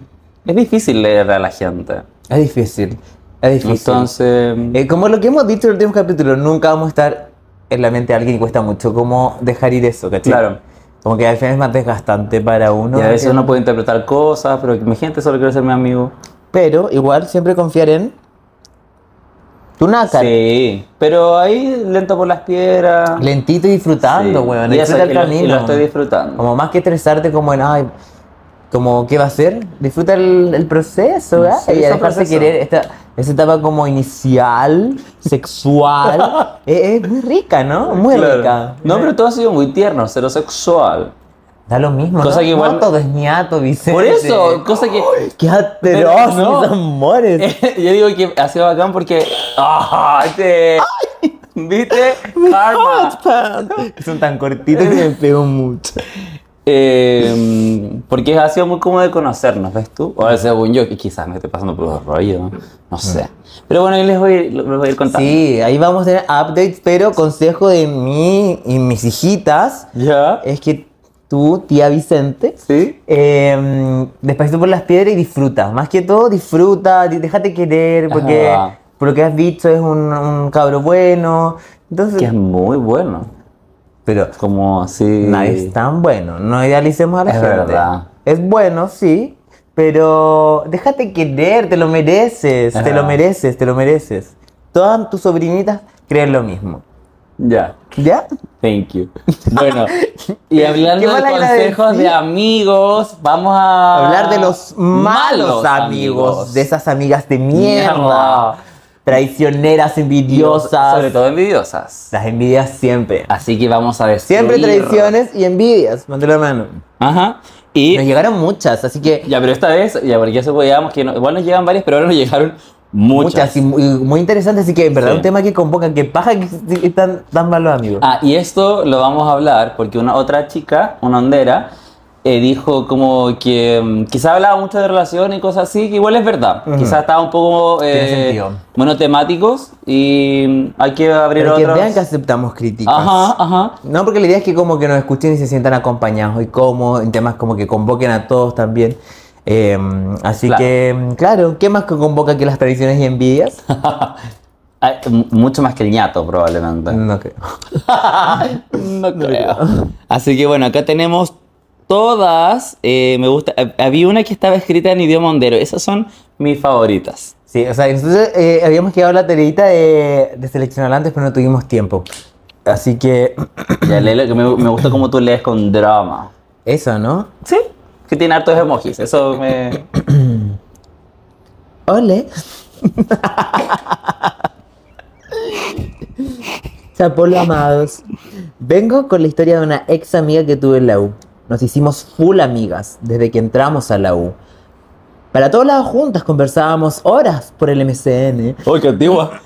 Speaker 1: es difícil leer a la gente.
Speaker 2: Es difícil. Es difícil.
Speaker 1: Entonces,
Speaker 2: Eh, como lo que hemos dicho en el último capítulo, nunca vamos a estar en la mente de alguien y cuesta mucho como dejar ir eso, ¿cachai?
Speaker 1: Claro.
Speaker 2: Como que al final es más desgastante para uno. eh,
Speaker 1: y a veces
Speaker 2: que-
Speaker 1: uno puede interpretar cosas, pero mi gente solo quiere ser mi amigo.
Speaker 2: Pero igual siempre confiar en tu nácar.
Speaker 1: Sí, pero ahí lento por las piedras.
Speaker 2: Lentito y disfrutando,
Speaker 1: Sí.
Speaker 2: weón.
Speaker 1: Y eso
Speaker 2: Disfruta
Speaker 1: que
Speaker 2: el
Speaker 1: lo- y
Speaker 2: camino.
Speaker 1: lo estoy disfrutando.
Speaker 2: Como más que estresarte como en, ay, como, ¿qué va a ser? Disfruta el, el proceso, ¿verdad?
Speaker 1: Sí,
Speaker 2: y
Speaker 1: ese
Speaker 2: dejarse
Speaker 1: proceso.
Speaker 2: querer. Esta, esa etapa como inicial, sexual, es, es muy rica, ¿no? Muy
Speaker 1: Claro.
Speaker 2: rica.
Speaker 1: No, pero todo ha sido muy tierno, cero sexual.
Speaker 2: Da lo mismo,
Speaker 1: Cosa
Speaker 2: ¿no?
Speaker 1: que igual-
Speaker 2: No todo es ñato, Vicente.
Speaker 1: Por eso, cosa que.
Speaker 2: ¡Qué atroz,
Speaker 1: Pero no.
Speaker 2: mis amores!
Speaker 1: Yo digo que ha sido bacán porque. ¡Ah! te- ¿Viste? Karma.
Speaker 2: Son tan cortitos que me pegó mucho.
Speaker 1: Eh, porque ha sido muy cómodo de conocernos, ¿ves tú? O sea, según yo, que quizás me esté pasando por los rollos, ¿no? no
Speaker 2: Mm.
Speaker 1: sé. Pero bueno, ahí les voy, a ir- les voy a ir contando.
Speaker 2: Sí, ahí vamos a tener updates, pero consejo de mí y mis hijitas
Speaker 1: ¿Ya?
Speaker 2: es que tú, tía Vicente,
Speaker 1: ¿Sí?
Speaker 2: eh, despacito por las piedras y disfruta. Más que todo, disfruta, di- déjate querer, porque
Speaker 1: Ajá.
Speaker 2: por lo que has visto es un, un cabro bueno. Entonces,
Speaker 1: Que es muy bueno.
Speaker 2: pero
Speaker 1: Como así.
Speaker 2: nadie es tan bueno, no idealicemos a la
Speaker 1: Es
Speaker 2: gente.
Speaker 1: verdad.
Speaker 2: Es bueno, sí, pero déjate querer, te lo mereces, te lo
Speaker 1: Ajá.
Speaker 2: mereces, te lo mereces. Todas tus sobrinitas creen lo mismo.
Speaker 1: Ya.
Speaker 2: ¿Ya?
Speaker 1: Thank you. Bueno, y
Speaker 2: Qué
Speaker 1: hablando de
Speaker 2: mal
Speaker 1: consejos de
Speaker 2: agradecido.
Speaker 1: amigos, vamos a
Speaker 2: Hablar de los malos amigos, de esas amigas de mierda,
Speaker 1: Mierda.
Speaker 2: traicioneras, envidiosas.
Speaker 1: Sobre todo envidiosas.
Speaker 2: Las envidias siempre.
Speaker 1: Así que vamos a decir.
Speaker 2: Siempre traiciones y envidias, mande la mano.
Speaker 1: Ajá.
Speaker 2: Nos
Speaker 1: Y
Speaker 2: llegaron muchas, así que
Speaker 1: ya, pero esta vez, ya porque ya supongamos que no- igual nos llegan varias, pero ahora nos llegaron muchas.
Speaker 2: muchas, y muy, muy interesantes, así que en verdad
Speaker 1: Sí.
Speaker 2: un tema que convoca, que paja que están tan malos amigos.
Speaker 1: Ah, y esto lo vamos a hablar porque una otra chica, una hondera, eh, dijo como que mm, quizá hablaba mucho de relación y cosas así, que igual es verdad.
Speaker 2: Ujú.
Speaker 1: Quizá estaba un poco
Speaker 2: Tiene
Speaker 1: eh,
Speaker 2: sentido.
Speaker 1: monotemáticos y mm, hay que abrir
Speaker 2: Pero que
Speaker 1: otros.
Speaker 2: vean que aceptamos críticas.
Speaker 1: Ajá, ajá.
Speaker 2: No, porque la idea es que como que nos escuchen y se sientan acompañados y cómodos, en temas como que convoquen a todos también. Eh, así
Speaker 1: Claro.
Speaker 2: que, em, claro, ¿qué más que convoca que las tradiciones y envidias?
Speaker 1: Ay, m- mucho más que el ñato probablemente.
Speaker 2: No creo.
Speaker 1: no creo. Así que bueno, acá tenemos todas. eh, me gusta. hab- Había una que estaba escrita en idioma hondero. Esas son mis favoritas.
Speaker 2: Sí, o sea, entonces eh, habíamos quedado la tareita de, de seleccionar antes, pero no tuvimos tiempo. Así que,
Speaker 1: Ya Lelo, que me, me gusta cómo tú lees con drama.
Speaker 2: eso, ¿no?
Speaker 1: Sí, que tiene hartos emojis. Eso me.
Speaker 2: Ole. Chapolo amados. Vengo con la historia de una ex amiga que tuve en la U. Nos hicimos full amigas desde que entramos a la U. Para todos lados juntas conversábamos horas por el MCN.
Speaker 1: ¡Uy, qué antigua!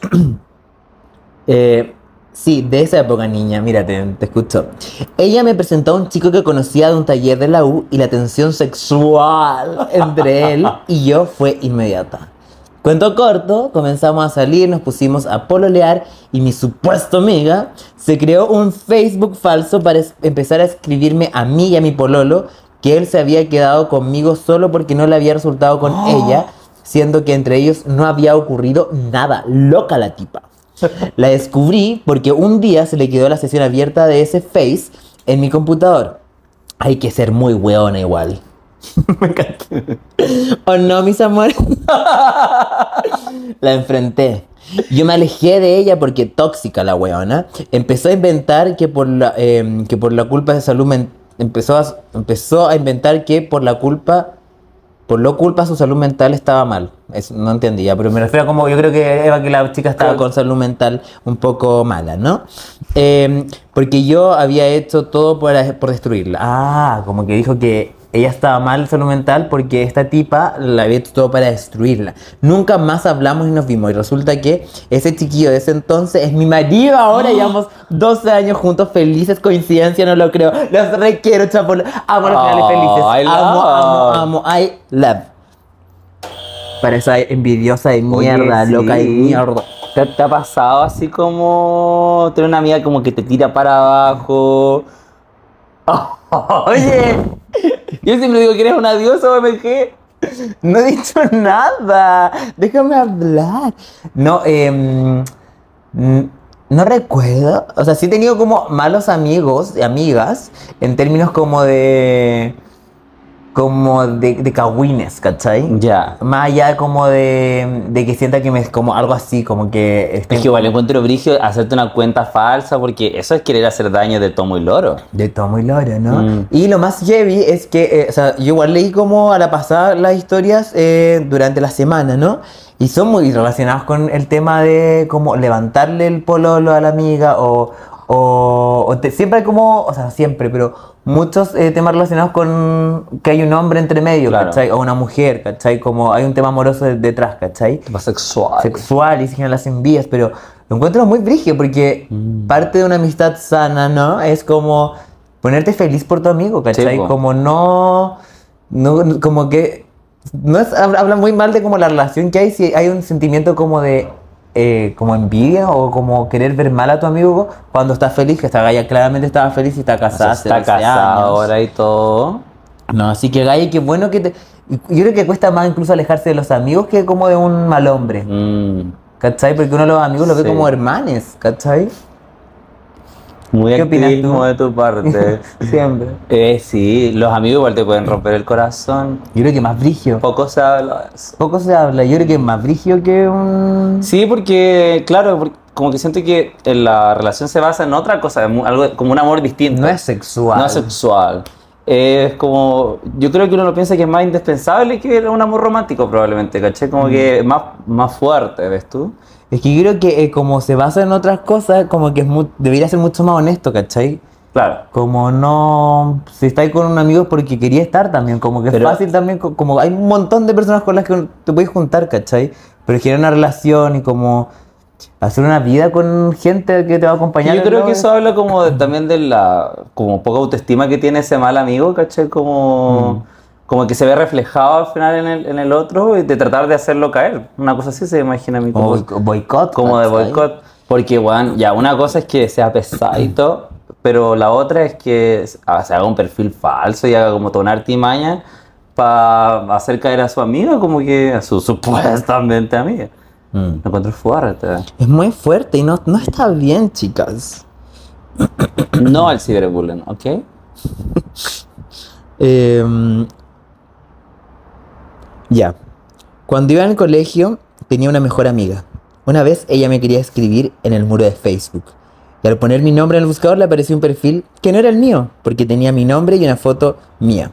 Speaker 2: Eh, sí, de esa época, niña, mírate, te escucho. Ella me presentó a un chico que conocía de un taller de la U y la tensión sexual entre él y yo fue inmediata. Cuento corto, comenzamos a salir, nos pusimos a pololear y mi supuesto amiga se creó un Facebook falso para es- empezar a escribirme a mí y a mi pololo que él se había quedado conmigo solo porque no le había resultado con ella, siendo que entre ellos no había ocurrido nada. Loca la tipa. La descubrí porque un día se le quedó la sesión abierta de ese Face en mi computador. Hay que ser muy weona igual. ¿O no, mis amores? la enfrenté. Yo me alejé de ella porque tóxica la weona. Empezó a inventar que por la, em, que por la culpa de salud mental... Empezó a, empezó a inventar que por la culpa... Por lo culpa su salud mental estaba mal. Es- no entendía, pero me refiero a como yo creo que Eva, que la chica estaba con salud mental un poco mala, ¿no? Em, porque yo había hecho todo por, por destruirla. Ah, como que dijo que ella estaba mal salud mental porque esta tipa la había hecho todo para destruirla. Nunca más hablamos y nos vimos. Y resulta que ese chiquillo de ese entonces es mi marido ahora. Llevamos 12 años juntos, felices, coincidencia, no lo creo. Los requiero, chapol. Amo los finales
Speaker 1: Oh,
Speaker 2: felices.
Speaker 1: I love.
Speaker 2: Amo, amo, amo. I love. Para esa envidiosa de
Speaker 1: Oye,
Speaker 2: mierda,
Speaker 1: sí.
Speaker 2: loca de mierda.
Speaker 1: ¿Te, te ha pasado así como tener una amiga como que te tira para abajo? Oye, yo siempre digo que eres una diosa, OMG.
Speaker 2: No he dicho nada. Déjame hablar. No, em, mm, no recuerdo. O sea, sí he tenido como malos amigos y amigas en términos como de. como de, de cagüines, ¿cachai?
Speaker 1: Ya.
Speaker 2: Más allá como de, de que sienta que me es como algo así, como que.
Speaker 1: Es
Speaker 2: estén-
Speaker 1: que igual encuentro brigio hacerte una cuenta falsa porque eso es querer hacer daño de tomo y loro.
Speaker 2: De tomo y loro, ¿no?
Speaker 1: Mm.
Speaker 2: Y lo más heavy es que, eh, o sea, yo igual leí como a la pasada las historias eh, durante la semana, ¿no? Y son muy relacionados con el tema de como levantarle el pololo a la amiga o, o, o te- siempre hay como, o sea, siempre, pero muchos eh, temas relacionados con que hay un hombre entre medio,
Speaker 1: Claro.
Speaker 2: ¿cachai? O una mujer, ¿cachai? Como hay un tema amoroso de- detrás, ¿cachai?
Speaker 1: Tipo sexual.
Speaker 2: sexual y se generan las envías, pero lo encuentro muy brígido porque parte de una amistad sana, ¿no? Es como ponerte feliz por tu amigo,
Speaker 1: Sí,
Speaker 2: ¿cachai?
Speaker 1: po.
Speaker 2: como no, no, como que, no es, hab- habla muy mal de como la relación que hay, si hay un sentimiento como de, eh, como envidia o como querer ver mal a tu amigo cuando estás feliz, que esta galla claramente estaba feliz y está
Speaker 1: O sea,
Speaker 2: casada. hace
Speaker 1: está
Speaker 2: 12
Speaker 1: casada
Speaker 2: años.
Speaker 1: ahora y todo.
Speaker 2: No, así que Gaia, qué bueno que te... Yo creo que cuesta más incluso alejarse de los amigos que como de un mal hombre.
Speaker 1: Mm,
Speaker 2: ¿Cachai? Porque uno de los amigos lo ve
Speaker 1: Sí.
Speaker 2: como hermanes, ¿cachai?
Speaker 1: muy
Speaker 2: ¿Qué opinas
Speaker 1: activismo
Speaker 2: tú?
Speaker 1: de tu parte.
Speaker 2: Siempre.
Speaker 1: eh, sí, los amigos igual te pueden romper el corazón.
Speaker 2: Yo creo que más brigio.
Speaker 1: Poco se habla de eso.
Speaker 2: Poco se habla, yo creo que más brigio que un...
Speaker 1: Sí, porque, claro, porque como que siento que en la relación se basa en otra cosa, en mu- algo como un amor distinto.
Speaker 2: No es sexual.
Speaker 1: No es sexual. Es como, yo creo que uno lo piensa que es más indispensable que un amor romántico probablemente, ¿caché? Como que
Speaker 2: Mm.
Speaker 1: más, más fuerte, ¿ves tú?
Speaker 2: Es que yo creo que eh, como se basa en otras cosas, como que es mu- debería ser mucho más honesto, ¿cachai?
Speaker 1: Claro.
Speaker 2: Como no... Si estáis con un amigo es porque quería estar también, como que
Speaker 1: Pero-
Speaker 2: es fácil también, co- como hay un montón de personas con las que un- te puedes juntar, ¿cachai? Pero generar una relación y como hacer una vida con gente que te va a acompañar.
Speaker 1: Yo
Speaker 2: en
Speaker 1: creo
Speaker 2: lo-
Speaker 1: que eso habla como de- también de la como poca autoestima que tiene ese mal amigo, ¿caché? Como,
Speaker 2: Mm.
Speaker 1: como que se ve reflejado al final en el, en el otro y de tratar de hacerlo caer. Una cosa así se imagina a mí.
Speaker 2: Como
Speaker 1: como-
Speaker 2: boic- boicot.
Speaker 1: como de
Speaker 2: ¿cachai?
Speaker 1: boicot. Porque, weón, ya una cosa es que sea pesadito, pero la otra es que s- ah, se haga un perfil falso y haga como toda una artimaña para hacer caer a su amiga, como que a su supuestamente amiga.
Speaker 2: Mm.
Speaker 1: Lo encuentro fuerte.
Speaker 2: Es muy fuerte y no, no está bien, chicas.
Speaker 1: No al ciberbullying, ¿ok?
Speaker 2: Em, ya. Cuando iba al colegio, tenía una mejor amiga. Una vez ella me quería escribir en el muro de Facebook. Y al poner mi nombre en el buscador le apareció un perfil que no era el mío, porque tenía mi nombre y una foto mía.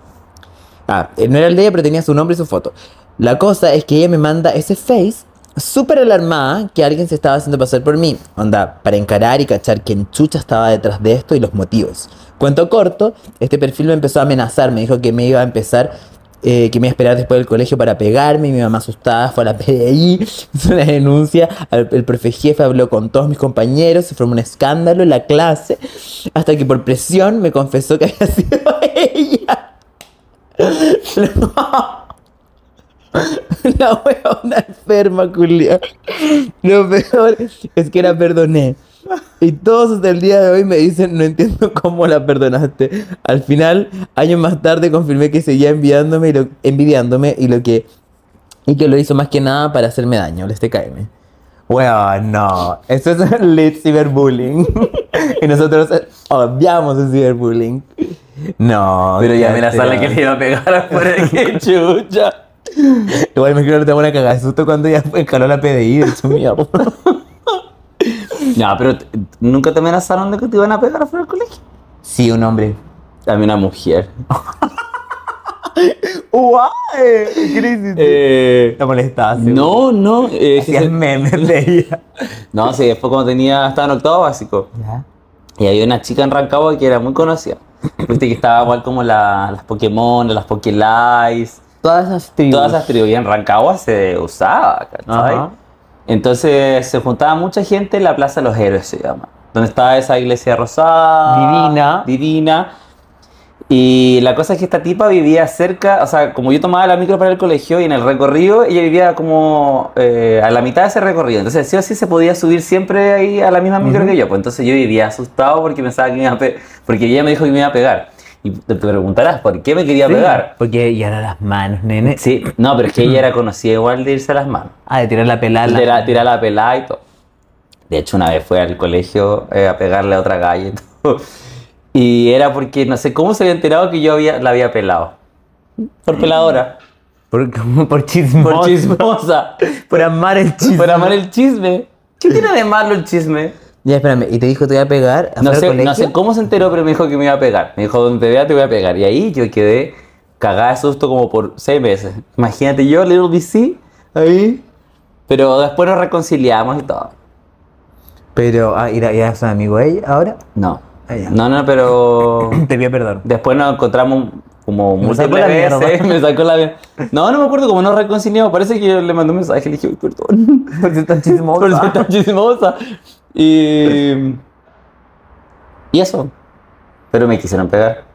Speaker 2: Ah, eh, no era el de ella, pero tenía su nombre y su foto. La cosa es que ella me manda ese face súper alarmada que alguien se estaba haciendo pasar por mí. Onda, para encarar y cachar quién chucha estaba detrás de esto y los motivos. Cuento corto, este perfil me empezó a amenazar. Me dijo que me iba a empezar, eh, que me iba a esperar después del colegio para pegarme. Y mi mamá asustada fue a la PDI, hizo una denuncia. al- El profe jefe habló con todos mis compañeros, se formó un escándalo en la clase. Hasta que por presión me confesó que había sido ella. La una enferma, Julia. Lo peor es que la perdoné. Y todos hasta el día de hoy me dicen, no entiendo cómo la perdonaste. Al final, años más tarde, confirmé que seguía enviándome y lo, envidiándome y lo que y que lo hizo más que nada para hacerme daño, el STKM. Weón, no. Eso es lit ciberbullying. y nosotros eh, obviamos el ciberbullying. No.
Speaker 1: Pero ya
Speaker 2: qué
Speaker 1: amenazarle
Speaker 2: asqueroso.
Speaker 1: que le iba a pegar por el que chucha.
Speaker 2: Igual me creo que le tengo una cagada de susto cuando ya escaló la PDI, de hecho, mierda.
Speaker 1: No, pero t- nunca te amenazaron de que te iban a pegar fuera del colegio.
Speaker 2: Sí, un hombre.
Speaker 1: A mí una mujer.
Speaker 2: ¡Guay! ¿Qué le hiciste?
Speaker 1: Eh,
Speaker 2: Te molestaste.
Speaker 1: no, no. eh, sí,
Speaker 2: Hacías
Speaker 1: sí.
Speaker 2: memes de ella.
Speaker 1: no, sí, después cuando tenía, estaba en octavo básico.
Speaker 2: ¿Ya?
Speaker 1: Y había una chica en Rancagua que era muy conocida. Viste que estaba igual como la- las Pokémon, las Pokélais.
Speaker 2: Todas esas tribus.
Speaker 1: Todas esas tribus. Y en Rancagua se usaba, ¿cachai?
Speaker 2: Ajá.
Speaker 1: Entonces se juntaba mucha gente en la Plaza de los Héroes, se llama. Donde estaba esa iglesia rosada.
Speaker 2: Divina.
Speaker 1: Divina. Y la cosa es que esta tipa vivía cerca, o sea, como yo tomaba la micro para el colegio y en el recorrido, ella vivía como eh, a la mitad de ese recorrido. Entonces, sí o sí se podía subir siempre ahí a la misma micro que yo. Pues entonces yo vivía asustado porque pensaba que me iba a pe- porque ella me dijo que me iba a pegar. Y te preguntarás, ¿por qué me quería pegar?
Speaker 2: Porque ya eran las manos, nene.
Speaker 1: Sí, no, pero es que ella era conocida igual de irse a las manos.
Speaker 2: Ah, de tirar la pelada.
Speaker 1: Tirar Mm. la, tirar la pelada y todo. De hecho, una vez fue al colegio eh, a pegarle a otra calle y todo. Y era porque no sé cómo se había enterado que yo había, la había pelado. Por peladora.
Speaker 2: Por, como por chismoso.
Speaker 1: Por chismosa.
Speaker 2: Por amar el chisme.
Speaker 1: Por amar el chisme. ¿Qué tiene de malo el chisme?
Speaker 2: Ya, espérame. ¿Y te dijo te iba a pegar? afuera
Speaker 1: No
Speaker 2: del
Speaker 1: sé, no
Speaker 2: colegio?
Speaker 1: sé cómo se enteró, pero me dijo que me iba a pegar. Me dijo, donde te vea te voy a pegar. Y ahí yo quedé cagada de susto como por seis meses. Imagínate yo, Little BC, ahí. Pero después nos reconciliamos y todo.
Speaker 2: Pero, ah, ¿y la- ya es un amigo de ella ahora?
Speaker 1: No.
Speaker 2: Ah, ya.
Speaker 1: No, no, pero
Speaker 2: Te pido perdón.
Speaker 1: después nos encontramos como
Speaker 2: Me
Speaker 1: múltiples
Speaker 2: sacó la mía
Speaker 1: veces. me sacó la mía. No, no me acuerdo cómo nos reconciliamos. Parece que yo le mandé un mensaje y le dije, "Uy, perdón.
Speaker 2: Porque estás
Speaker 1: Por
Speaker 2: chismoso.
Speaker 1: ser tan chismosa. Y. Y eso. Pero me quisieron pegar.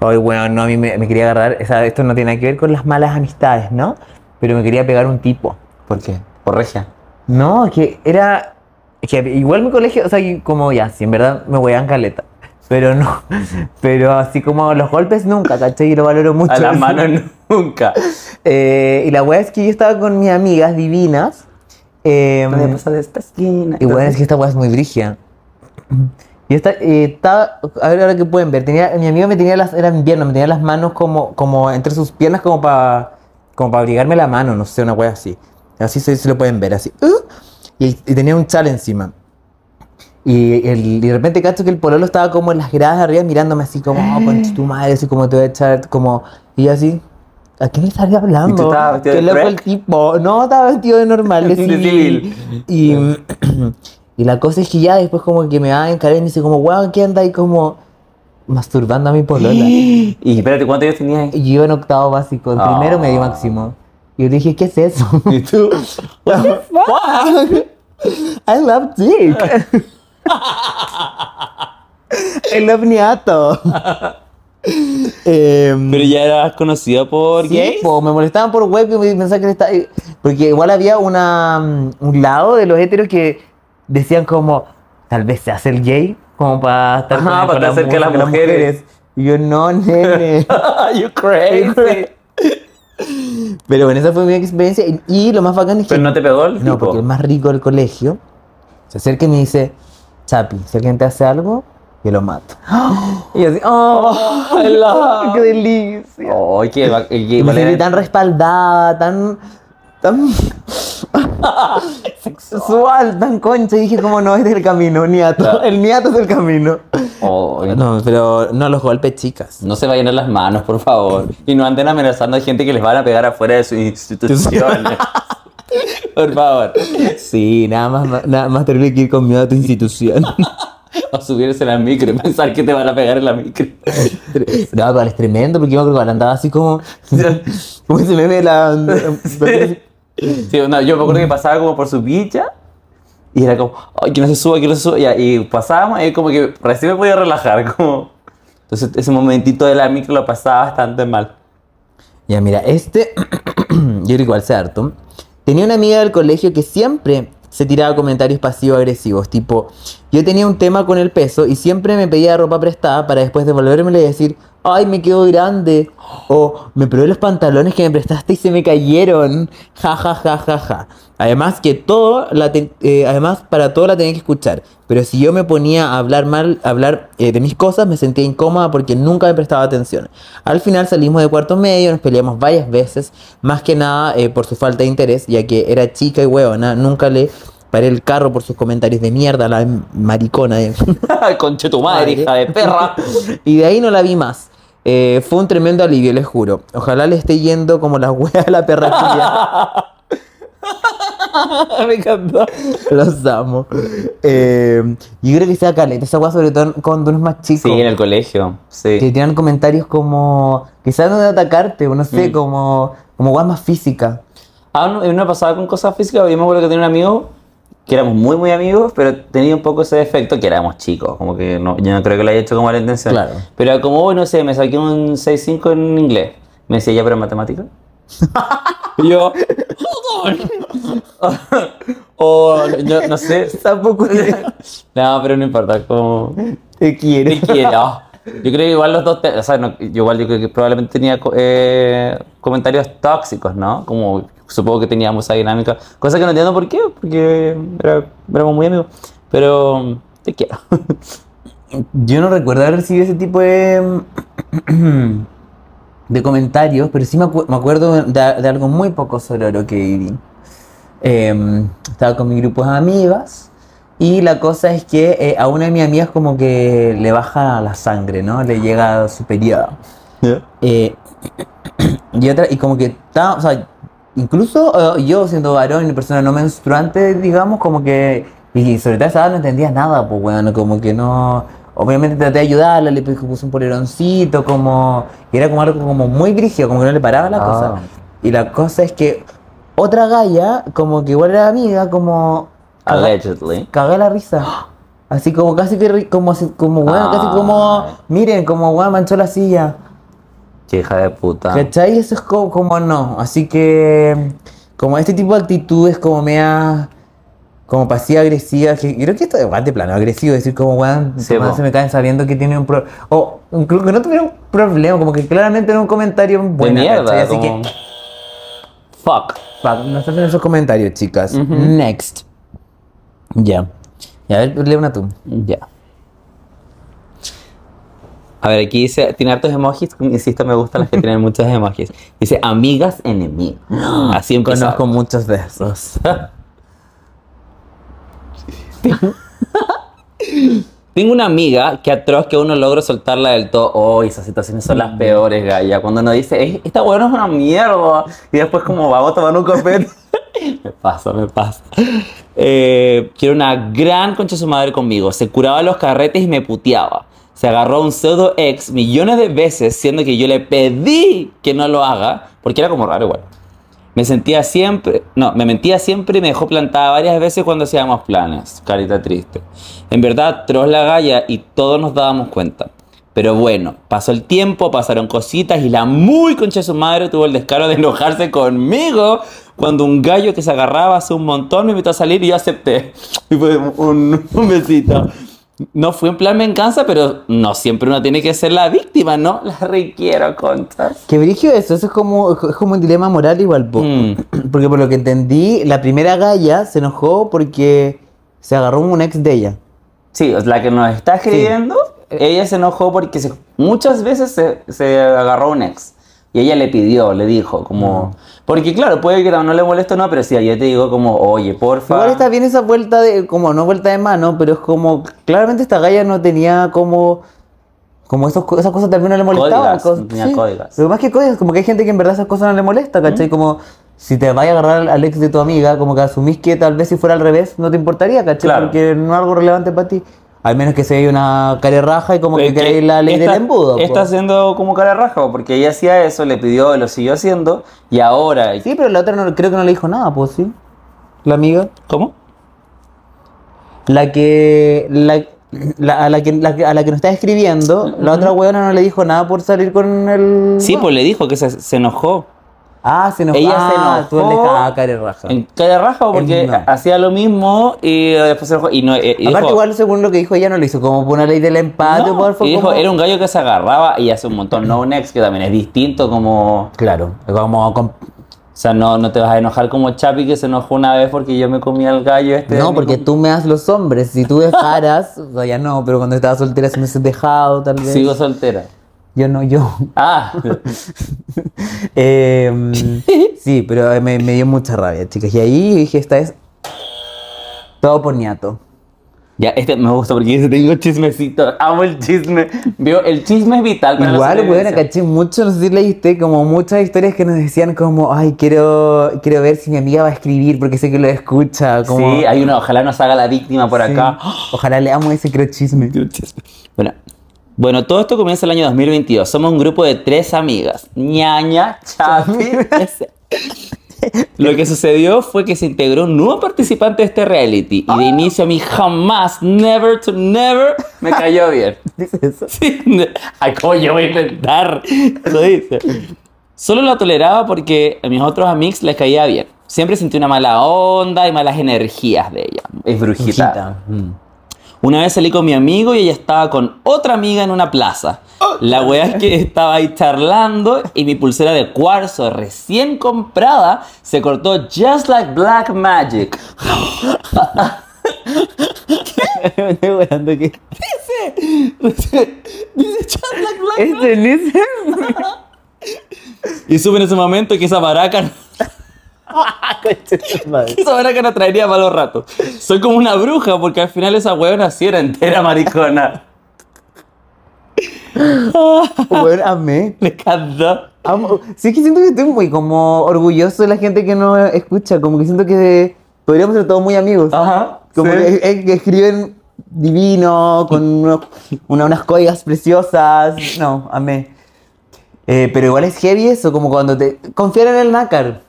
Speaker 2: Ay, bueno, no, a mí me, me quería agarrar. o sea, esto no tiene que ver con las malas amistades, ¿no? Pero me quería pegar un tipo.
Speaker 1: ¿Por qué? Por regia.
Speaker 2: No, que era. Que igual mi colegio, o sea, y como ya, si en verdad me huean caleta. Pero no. Pero así como los golpes nunca, ¿cachai? Y lo valoro mucho.
Speaker 1: A las
Speaker 2: eso.
Speaker 1: manos nunca.
Speaker 2: Eh, y la wea es que yo estaba con mis amigas divinas. eh,
Speaker 1: Nadie pasa de esta esquina.
Speaker 2: y bueno, es que esta weá es muy brigia. Y esta, eh, estaba- a ver ahora que pueden ver, tenía, mi amigo me tenía las, era invierno, me tenía las manos como, como entre sus piernas como para como para abrigarme la mano, no sé, una wea así. Así se, se lo pueden ver, así. ¡uh! Y, y tenía un chal encima. Y, el- y de repente cacho que el pololo estaba como en las gradas de arriba mirándome así como, oh, concha tu madre, así como te voy a echar, como, y yo así, ¿a qué le estaría hablando?
Speaker 1: estabas vestido
Speaker 2: Qué
Speaker 1: de
Speaker 2: loco
Speaker 1: drag?
Speaker 2: el tipo. No, estaba vestido de normal, de
Speaker 1: De
Speaker 2: civil. Y, y la cosa es que ya después como que me va a encarar y me dice como, wow, ¿qué anda ahí como masturbando a mi polola? Y
Speaker 1: Y espérate, ¿cuántos años tenías ahí?
Speaker 2: yo iba en octavo básico, en
Speaker 1: Ah.
Speaker 2: primero medio máximo. Y yo le dije, ¿qué es eso?
Speaker 1: ¿Y tú?
Speaker 2: Fuck. I love dick. I love niato. Em,
Speaker 1: Pero ya eras conocida por
Speaker 2: Sí,
Speaker 1: gays.
Speaker 2: po, me molestaban por web y me pensaba que le estaba... Porque igual había una, mm, un lado de los héteros que decían como, tal vez se hace el gay, como para estar
Speaker 1: Ajá,
Speaker 2: con-
Speaker 1: para
Speaker 2: con
Speaker 1: estar cerca de las
Speaker 2: con
Speaker 1: mujeres.
Speaker 2: Y yo, no, nene.
Speaker 1: you
Speaker 2: pues.
Speaker 1: crazy.
Speaker 2: Pero bueno, esa fue mi experiencia. Y, y lo más bacán es que...
Speaker 1: Pero no te pegó el
Speaker 2: No,
Speaker 1: tipo.
Speaker 2: porque el más rico del colegio se acerca y me dice, Chapi, si alguien te hace algo, yo lo mato. Y yo así, ¡oh!
Speaker 1: I love.
Speaker 2: ¡Qué delicia!
Speaker 1: Ay, qué va- qué-
Speaker 2: Y me
Speaker 1: vale-
Speaker 2: sentí tan respaldada, tan. tan. sexual, tan concha. Y dije, como no, este es el camino, niato.
Speaker 1: Claro.
Speaker 2: El niato es el camino.
Speaker 1: Ay, no.
Speaker 2: No, pero no los golpes, chicas.
Speaker 1: No se vayan a las manos, por favor. Y no anden amenazando a gente que les van a pegar afuera de sus instituciones. por favor.
Speaker 2: Sí, nada más, nada más terrible que ir con miedo a tu institución.
Speaker 1: O subirse a la micro y pensar que te van a pegar en la micro.
Speaker 2: No, pero es tremendo porque yo me acuerdo que andaba así como. como ese meme de la.
Speaker 1: Sí, no, yo me acuerdo que pasaba como por su villa y era como, ay, que no se suba, que no se suba. ya, Y, pasábamos y como que recién me podía relajar. como Entonces ese momentito de la micro lo pasaba bastante mal.
Speaker 2: Ya, mira, este. yo yo era igual sé harto. Tenía una amiga del colegio que siempre se tiraba comentarios pasivo-agresivos, tipo, yo tenía un tema con el peso y siempre me pedía ropa prestada para después devolvérmela y decir, ay, me quedo grande, o me probé los pantalones que me prestaste y se me cayeron, ja, ja, ja, ja, ja. Además que todo, la te- eh, además para todo la tenía que escuchar, pero si yo me ponía a hablar mal, a hablar eh, de mis cosas, me sentía incómoda porque nunca me prestaba atención. Al final salimos de cuarto medio, nos peleamos varias veces, más que nada eh, por su falta de interés, ya que era chica y huevona, nunca le paré el carro por sus comentarios de mierda, la maricona. eh.
Speaker 1: Conche tu madre, hija de perra.
Speaker 2: y de ahí no la vi más. Eh, fue un tremendo alivio, les juro. Ojalá le esté yendo como la wea a la perra chilena.
Speaker 1: Me encantó.
Speaker 2: Los amo. Eh, yo creo que sea caleta esa wea, sobre todo cuando uno es más chico.
Speaker 1: Sí, en el colegio.
Speaker 2: Que
Speaker 1: Sí.
Speaker 2: tiran comentarios como. Quizás no de atacarte, o no sé,
Speaker 1: Mm.
Speaker 2: como. Como guas más física.
Speaker 1: Ah, no, en una pasada con cosas físicas, yo me acuerdo que tenía un amigo que éramos muy, muy amigos, pero tenía un poco ese defecto que éramos chicos. Como que no, yo no creo que lo haya hecho con mala intención.
Speaker 2: Claro.
Speaker 1: Pero era como, "Oh, no sé, me saqué un 6.5 en inglés. Me decía, ¿ya, pero en matemática? y yo, o, no, no sé.
Speaker 2: Tampoco
Speaker 1: No, pero no importa, como...
Speaker 2: te
Speaker 1: Ni
Speaker 2: quiere.
Speaker 1: siquiera. Yo creo que igual los dos, te- o sea, no, yo igual yo creo que probablemente tenía co- eh, comentarios tóxicos, ¿no? Como supongo que teníamos esa dinámica, cosa que no entiendo por qué, porque era- éramos muy amigos, pero mm, te quiero.
Speaker 2: Yo no recuerdo haber recibido ese tipo de. de comentarios, pero sí me, acu- me acuerdo de, de algo muy poco sororo que viví. Eh, estaba con mi grupo de amigas. Y la cosa es que eh, a una de mis amigas como que le baja la sangre, ¿no? Le llega su periodo. Eh, y otra, y como que está, o sea, incluso eh, yo siendo varón y persona no menstruante, digamos, como que, y sobre todo a esa edad no entendía nada, pues bueno, como que no, obviamente traté de ayudarla, le puse puse un poleroncito, como, y era como algo como muy brígido, como que no le paraba la
Speaker 1: Ah.
Speaker 2: cosa. Y la cosa es que otra galla, como que igual era amiga, como, aga-
Speaker 1: Allegedly.
Speaker 2: cagué la risa. Así como casi que, ri- como, así- como, bueno, casi como,
Speaker 1: Ah.
Speaker 2: miren, como, bueno, manchó la silla.
Speaker 1: Qué hija de puta.
Speaker 2: ¿Cachai? Eso es como, como no. Así que, como este tipo de actitudes como mea, como pasiva agresiva, que creo que esto es igual de plano agresivo, decir como, weón,
Speaker 1: Sí,
Speaker 2: como
Speaker 1: po.
Speaker 2: se me caen sabiendo que tiene un problema, o incluso que no tuviera un problema, como que claramente era un comentario
Speaker 1: De
Speaker 2: bueno,
Speaker 1: mierda.
Speaker 2: Así
Speaker 1: como-
Speaker 2: que,
Speaker 1: Fuck.
Speaker 2: fuck, no se hacen esos comentarios, chicas.
Speaker 1: Ujú.
Speaker 2: Next. Ya. Y a ver, lee una tú.
Speaker 1: Ya. A ver, aquí dice, tiene hartos emojis, insisto, me gustan las que tienen muchos emojis. Dice, amigas enemigas. Así empezaba.
Speaker 2: Conozco muchos de esos.
Speaker 1: Tengo una amiga que atroz que uno logra soltarla del todo. Oh, esas situaciones son las peores, Gaya. Cuando uno dice, "Eh, esta weona es una mierda. Y después como vamos a tomar un café. me pasa, me pasa. Eh, quiero una gran concha de su madre conmigo. Se curaba los carretes y me puteaba. Se agarró a un pseudo ex millones de veces, siendo que yo le pedí que no lo haga, porque era como raro igual. Me sentía siempre, no, me mentía siempre y me dejó plantada varias veces cuando hacíamos planes. Carita triste. En verdad, tros la galla y todos nos dábamos cuenta. Pero bueno, pasó el tiempo, pasaron cositas y la muy concha de su madre tuvo el descaro de enojarse conmigo cuando un gallo que se agarraba hace un montón me invitó a salir y yo acepté. Y fue un, un besito. No fue en plan venganza, pero no siempre uno tiene que ser la víctima, ¿no? La requiero, concha.
Speaker 2: Qué brillo eso, eso es como, es como un dilema moral igual, po.
Speaker 1: Mm.
Speaker 2: Porque por lo que entendí, la primera galla se enojó porque se agarró un ex de ella.
Speaker 1: Sí, o sea, la que nos está escribiendo,
Speaker 2: Eh.
Speaker 1: ella se enojó porque se- muchas veces se, se agarró un ex. Y ella le pidió, le dijo, como... Porque claro, puede que no le moleste o no, pero si yo te digo como, oye, porfa...
Speaker 2: Igual está bien esa vuelta de, como no vuelta de mano, pero es como, claramente esta galla no tenía como, como esos, co- esas cosas también no le molestaban.
Speaker 1: Códigos,
Speaker 2: cos-
Speaker 1: no tenía códigos.
Speaker 2: Pero más que códigos, como que hay gente que en verdad esas cosas no le molesta, ¿cachai? Como si te vaya a agarrar al ex de tu amiga, como que asumís que tal vez si fuera al revés no te importaría, ¿cachai?
Speaker 1: Claro.
Speaker 2: Porque no es algo relevante para ti. Al menos que se vea una cara raja y como que,
Speaker 1: Pero es que
Speaker 2: queréis la ley
Speaker 1: esta-
Speaker 2: del embudo. pues. po.
Speaker 1: Está haciendo como cara raja, porque ella hacía eso, le pidió, lo siguió haciendo, y ahora...
Speaker 2: Sí, pero la otra no, creo que no le dijo nada, pues sí. La amiga.
Speaker 1: ¿Cómo?
Speaker 2: La que. La, la- a, la que la que- a la que nos está escribiendo, la otra weona no le dijo nada por salir con el.
Speaker 1: Sí,
Speaker 2: weón.
Speaker 1: pues le dijo que se, se enojó.
Speaker 2: Ah, se nos
Speaker 1: Ella
Speaker 2: ah,
Speaker 1: se enojó.
Speaker 2: Tú le cagabas cara y raja.
Speaker 1: En calle raja porque
Speaker 2: no.
Speaker 1: hacía lo mismo y después se enojó. Y no, eh, y- y
Speaker 2: Aparte,
Speaker 1: dijo-
Speaker 2: igual, según lo que dijo ella, no lo hizo como por una ley del empate.
Speaker 1: No,
Speaker 2: por, favor.
Speaker 1: y dijo, era un gallo que se agarraba y hace un montón no un ex, que también es distinto como...
Speaker 2: Claro, como. con-
Speaker 1: O sea, no, no te vas a enojar como Chapi que se enojó una vez porque yo me comía el gallo este.
Speaker 2: No, porque tú me das los hombres. Si tú dejaras, o sea, ya no, pero cuando estaba soltera se me has dejado, tal vez.
Speaker 1: Sigo soltera.
Speaker 2: Yo no, yo.
Speaker 1: Ah,
Speaker 2: Em, sí, pero me, me dio mucha rabia, chicas. Y ahí dije, esta es. Todo por ñato.
Speaker 1: ya, este me gusta porque dice, tengo chismecito, amo el chisme. Vio, el chisme es vital para la
Speaker 2: Igual, weón,
Speaker 1: supervivencia.
Speaker 2: caché mucho, no sé si leíste, como muchas historias que nos decían como, ay, quiero, quiero ver si mi amiga va a escribir porque sé que lo escucha. Como,
Speaker 1: Sí, hay una, ojalá no se haga la víctima por
Speaker 2: Sí.
Speaker 1: acá.
Speaker 2: Ojalá leamos ese creo chisme.
Speaker 1: Bueno, bueno, todo esto comienza el año 2022. Somos un grupo de tres amigas. Ñaña, Chapi. Lo que sucedió fue que se integró un nuevo participante de este reality. Y de inicio a mí jamás, never to never, me cayó bien.
Speaker 2: ¿Dice eso?
Speaker 1: Sí, ay, ¿cómo yo voy a inventar? Lo dice. Solo la toleraba porque a mis otros amigos les caía bien. Siempre sentí una mala onda y malas energías de ella. Es brujita.
Speaker 2: Hijita. Mm.
Speaker 1: Una vez salí con mi amigo y ella estaba con otra amiga en una plaza. La wea es que estaba ahí charlando y mi pulsera de cuarzo recién comprada se cortó just like black magic.
Speaker 2: Me estoy volando que.
Speaker 1: Dice just like black magic.
Speaker 2: Este Lizard.
Speaker 1: Y supe en ese momento que esa maraca, Ah, que esa maraca no traería malos ratos. Soy como una bruja porque al final esa weona sí era entera maricona.
Speaker 2: Bueno, amé.
Speaker 1: Me encantó.
Speaker 2: Amo- Sí, es que siento que estoy muy como orgulloso de la gente que no escucha. Como que siento que podríamos ser todos muy amigos.
Speaker 1: Ajá.
Speaker 2: Como
Speaker 1: sí.
Speaker 2: que, eh, que escriben divino, con unos- una- unas coigas preciosas. No, amé. Eh, pero igual es heavy eso, como cuando te. Confiar en el nácar.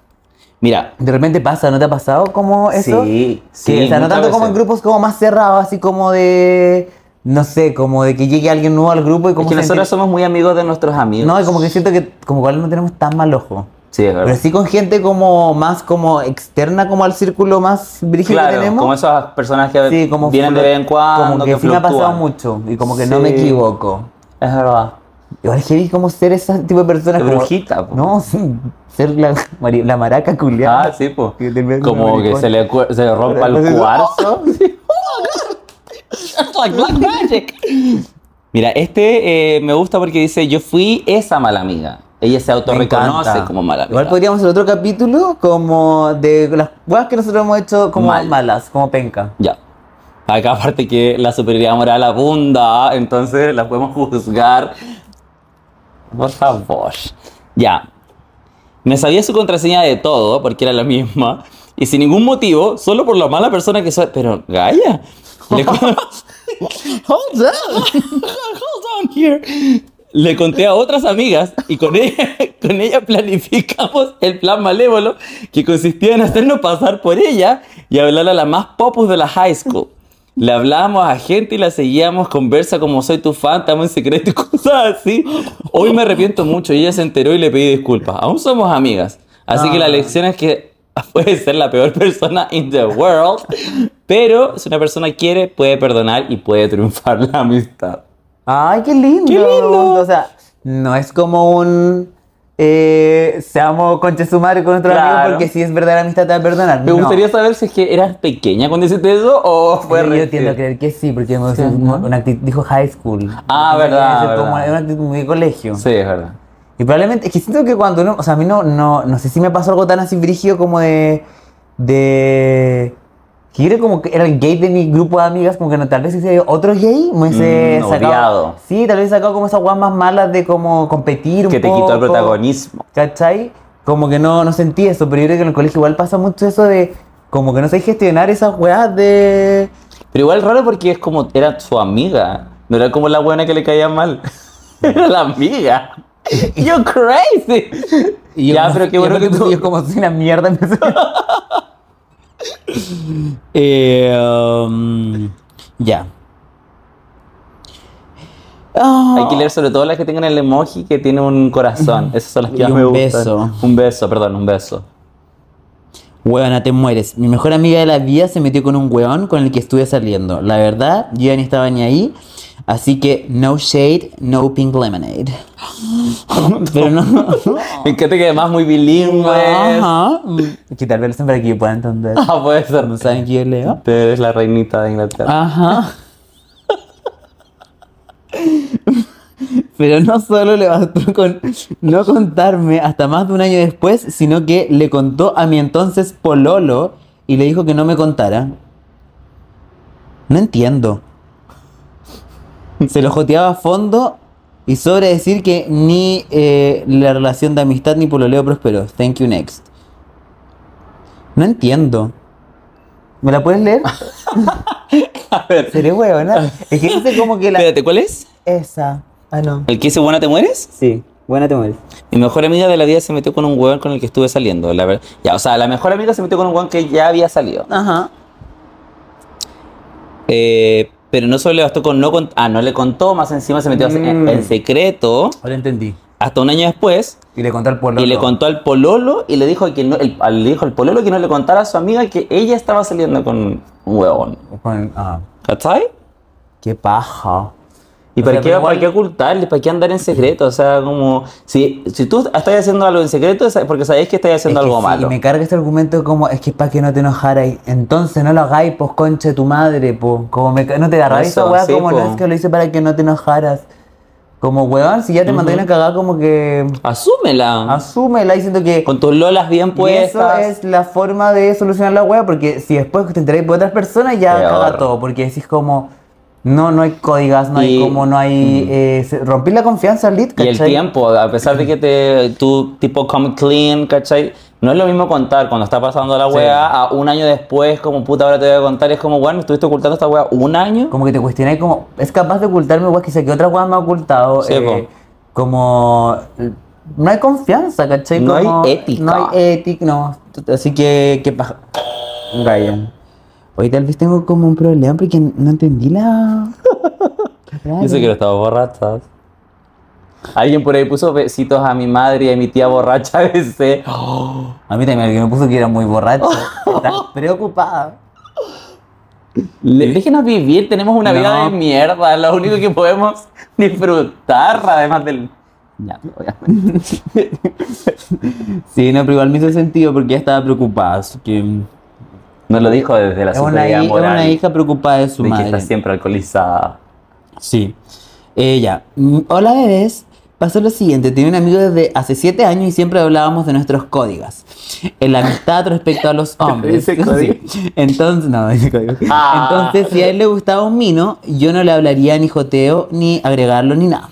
Speaker 1: Mira.
Speaker 2: De repente pasa, ¿no te ha pasado como eso?
Speaker 1: Sí,
Speaker 2: Sí, o sea, no
Speaker 1: muchas
Speaker 2: tanto como en
Speaker 1: veces.
Speaker 2: grupos como más cerrados, así como de, no sé, como de que llegue alguien nuevo al grupo y
Speaker 1: Es
Speaker 2: como
Speaker 1: que
Speaker 2: sentir-
Speaker 1: nosotros somos muy amigos de nuestros amigos.
Speaker 2: No, y como que siento que como igual no tenemos tan mal ojo.
Speaker 1: sí, es
Speaker 2: Pero
Speaker 1: verdad.
Speaker 2: sí con gente como más como externa como al círculo más brígido que
Speaker 1: Claro,
Speaker 2: tenemos.
Speaker 1: como esas personas que
Speaker 2: sí, como
Speaker 1: vienen de
Speaker 2: flu-
Speaker 1: vez en cuando.
Speaker 2: Como que, sí me ha pasado
Speaker 1: fluctúan.
Speaker 2: mucho y como que no me
Speaker 1: Sí.
Speaker 2: equivoco.
Speaker 1: Es verdad.
Speaker 2: Igual es heavy como ser ese tipo de personas
Speaker 1: Qué
Speaker 2: como-
Speaker 1: brujita, po.
Speaker 2: No, sí, ser la, mari- la maraca culiada.
Speaker 1: Ah, sí, pues.
Speaker 2: Que termina con
Speaker 1: Como que
Speaker 2: maricón.
Speaker 1: se le, cu- se le rompa el
Speaker 2: Entonces,
Speaker 1: cuarzo. Mira, este eh, me gusta porque dice, yo fui esa mala amiga. Ella se
Speaker 2: Me
Speaker 1: autorreconoce
Speaker 2: encanta.
Speaker 1: como mala amiga.
Speaker 2: Igual podríamos hacer otro capítulo como de las cosas que nosotros hemos hecho como
Speaker 1: Mal.
Speaker 2: malas, como penca.
Speaker 1: Ya. Acá aparte que la superioridad moral abunda, ¿ah? entonces la podemos juzgar. Por favor. Ya. Me sabía su contraseña de todo, porque era la misma. Y sin ningún motivo, solo por la mala persona que soy. Pero, Gaia. Le cu-
Speaker 2: Hold up.
Speaker 1: Hold on here. Le conté a otras amigas y con ella, con ella planificamos el plan malévolo que consistía en hacernos pasar por ella y hablarle a la más popus de la high school. Le hablábamos a gente y la seguíamos conversa como soy tu fan, te amo en secreto y cosas así. Hoy me arrepiento mucho y ella se enteró y le pedí disculpas. Aún somos amigas. Así que la
Speaker 2: Ah.
Speaker 1: lección es que puede ser la peor persona in the world, pero si una persona quiere, puede perdonar y puede triunfar la amistad.
Speaker 2: Ay, qué lindo.
Speaker 1: Qué lindo.
Speaker 2: O sea, no es como un eh, seamos conche su madre con nuestro
Speaker 1: Claro.
Speaker 2: amigo porque si es verdad la amistad te va a perdonar.
Speaker 1: Me
Speaker 2: No.
Speaker 1: gustaría saber si es que eras pequeña cuando hiciste eso o fue
Speaker 2: Yo- Yo
Speaker 1: recién.
Speaker 2: tiendo a creer que sí, porque me-
Speaker 1: Sí,
Speaker 2: una,
Speaker 1: ¿no?
Speaker 2: actitud, dijo high school.
Speaker 1: Ah,
Speaker 2: Entonces,
Speaker 1: verdad,
Speaker 2: es como
Speaker 1: verdad.
Speaker 2: una actitud muy de colegio.
Speaker 1: Sí, es verdad.
Speaker 2: Y probablemente, es que siento que cuando uno, o sea, a mí no, no, no sé si me pasó algo tan así brígido como de, de, que era como que era el gay de mi grupo de amigas, como que no, tal vez ese otro gay me hubiese
Speaker 1: Mm,
Speaker 2: sacado.
Speaker 1: odiado.
Speaker 2: Sí, tal vez sacado como esas guas más malas de como competir un
Speaker 1: Que te quitó el
Speaker 2: poco,
Speaker 1: protagonismo.
Speaker 2: ¿Cachai? Como que no, no sentí eso, pero yo creo que en el colegio igual pasa mucho eso de, como que no sé gestionar esas weas de...
Speaker 1: Pero igual raro porque es como era su amiga. No era como la buena que le caía mal. Era la amiga. You're crazy. ya, pero qué bueno que tú.
Speaker 2: Yo como soy una mierda. empecé-
Speaker 1: Eh, um, ya.
Speaker 2: Ah.
Speaker 1: Hay que leer sobre todo las que tengan el emoji que tiene un corazón. Esas son las que
Speaker 2: Y
Speaker 1: más
Speaker 2: un
Speaker 1: me gustan.
Speaker 2: beso.
Speaker 1: Un beso, perdón, un beso.
Speaker 2: Huevona, te mueres. Mi mejor amiga de la vida se metió con un hueón con el que estuve saliendo. La verdad, yo ya ni estaba ni ahí. Así que no shade, no pink lemonade. Pero no.
Speaker 1: Me encanta que además muy bilingüe.
Speaker 2: Ajá. Pues. Mm, Quitar el son para que yo pueda entender.
Speaker 1: Ah, puede ser.
Speaker 2: ¿No saben que yo leo?
Speaker 1: Tú eres la reinita de Inglaterra.
Speaker 2: Ajá. Pero no solo le bastó con no contarme hasta más de un año después, sino que le contó a mi entonces Pololo y le dijo que no me contara. No entiendo. Se lo joteaba a fondo y sobre decir que ni eh, la relación de amistad ni pololeo prosperó. Thank you next. No entiendo. ¿Me la puedes leer?
Speaker 1: A ver,
Speaker 2: Seré huevona. Es que dice como que la.
Speaker 1: espérate, ¿cuál es?
Speaker 2: Esa. Ah, no.
Speaker 1: ¿El que dice buena te mueres?
Speaker 2: Sí. Buena te mueres.
Speaker 1: Mi mejor amiga de la vida se metió con un weón con el que estuve saliendo, la verdad. Ya, o sea, la mejor amiga se metió con un weón que ya había salido.
Speaker 2: Ajá.
Speaker 1: Eh, pero no solo le bastó con no cont- ah, no le contó, más encima se metió en,
Speaker 2: Mm.
Speaker 1: en secreto
Speaker 2: Ahora entendí.
Speaker 1: hasta un año después
Speaker 2: Y le conté al pueblo.
Speaker 1: y le contó al pololo y le dijo que no, el- al, le dijo al pololo que no le contara a su amiga que ella estaba saliendo con un weón.
Speaker 2: ah,
Speaker 1: ¿Cachai?
Speaker 2: qué paja.
Speaker 1: ¿Y
Speaker 2: O
Speaker 1: para,
Speaker 2: sea,
Speaker 1: qué,
Speaker 2: pero
Speaker 1: para
Speaker 2: igual-
Speaker 1: qué ocultarle? ¿Para qué andar en secreto? O sea, como. Si, si tú estás haciendo algo en secreto, es porque sabéis que estás haciendo
Speaker 2: Es que
Speaker 1: algo
Speaker 2: sí,
Speaker 1: malo.
Speaker 2: Y me carga este argumento como es que es para que no te enojarais. Entonces no lo hagáis, pues conche tu madre, pues. Como me, ca- no te agarráis esa
Speaker 1: Eso,
Speaker 2: weá,
Speaker 1: sí,
Speaker 2: como
Speaker 1: po.
Speaker 2: no es que lo hice para que no te enojaras. Como weón, si ya te mandáis una cagada, como que.
Speaker 1: Asúmela.
Speaker 2: Asúmela diciendo que.
Speaker 1: Con tus lolas bien
Speaker 2: Y eso
Speaker 1: puestas.
Speaker 2: es la forma de solucionar la wea, porque si después te enteráis por otras personas, ya
Speaker 1: Peor.
Speaker 2: caga todo, porque decís como, no, no hay códigas, no
Speaker 1: Y-
Speaker 2: hay como, no hay... eh, se- rompí la confianza al lead,
Speaker 1: Y el
Speaker 2: ¿cachai?
Speaker 1: tiempo, a pesar de que te, tú, tipo, come clean, ¿cachai? No es lo mismo contar cuando está pasando la weá a un año después, como puta, ahora te voy a contar. Es como, bueno, estuviste ocultando esta weá un año.
Speaker 2: Como que te cuestionáis como, es capaz de ocultarme weas que sé que otra wea me ha ocultado.
Speaker 1: Sí,
Speaker 2: eh,
Speaker 1: po.
Speaker 2: como... No hay confianza, ¿cachai?
Speaker 1: No hay
Speaker 2: Como-
Speaker 1: ética.
Speaker 2: No hay ética, no. Así que, ¿qué pasa? Gaya. Hoy tal vez tengo como un problema porque no entendí la...
Speaker 1: Yo sé que no estaba borracha. Alguien por ahí puso besitos a mi madre y a mi tía borracha a veces.
Speaker 2: A mí también alguien me puso que era muy borracho. Estás preocupada.
Speaker 1: Le- déjenos vivir, tenemos una
Speaker 2: No.
Speaker 1: vida de mierda, lo único que podemos disfrutar, además del... Ya, obviamente.
Speaker 2: Sí, no, pero igual me hizo sentido porque ella estaba preocupada. así que-
Speaker 1: Nos lo dijo desde la
Speaker 2: Es una,
Speaker 1: superioridad
Speaker 2: hi- es
Speaker 1: moral,
Speaker 2: una hija preocupada de su
Speaker 1: de que
Speaker 2: madre.
Speaker 1: está siempre alcoholizada.
Speaker 2: Sí. Ella. mm, Hola bebés. Pasó lo siguiente, tenía un amigo desde hace 7 años y siempre hablábamos de nuestros códigos. En la amistad respecto a los hombres.
Speaker 1: Dice código.
Speaker 2: Sí. Entonces, no, dice código.
Speaker 1: Ah.
Speaker 2: Entonces, si a él le gustaba un mino, yo no le hablaría ni joteo, ni agregarlo, ni nada.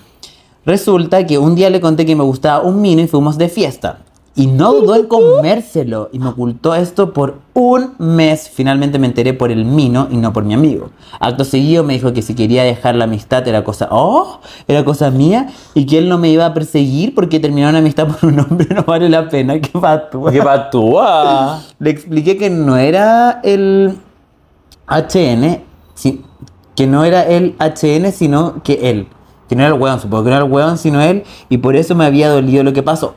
Speaker 2: Resulta que un día le conté que me gustaba un mino y fuimos de fiesta. Y no dudó en comérselo y me ocultó esto por un mes. Finalmente me enteré por el mino y no por mi amigo. Acto seguido me dijo que si quería dejar la amistad era cosa, oh, era cosa mía y que él no me iba a perseguir porque terminar una amistad por un hombre no vale la pena. Qué patúa.
Speaker 1: ¿Qué patúa?
Speaker 2: Le expliqué que no era el HN, si- que no era el HN, sino que él. Que no era el hueón, supongo que no era el hueón, sino él. Y por eso me había dolido lo que pasó.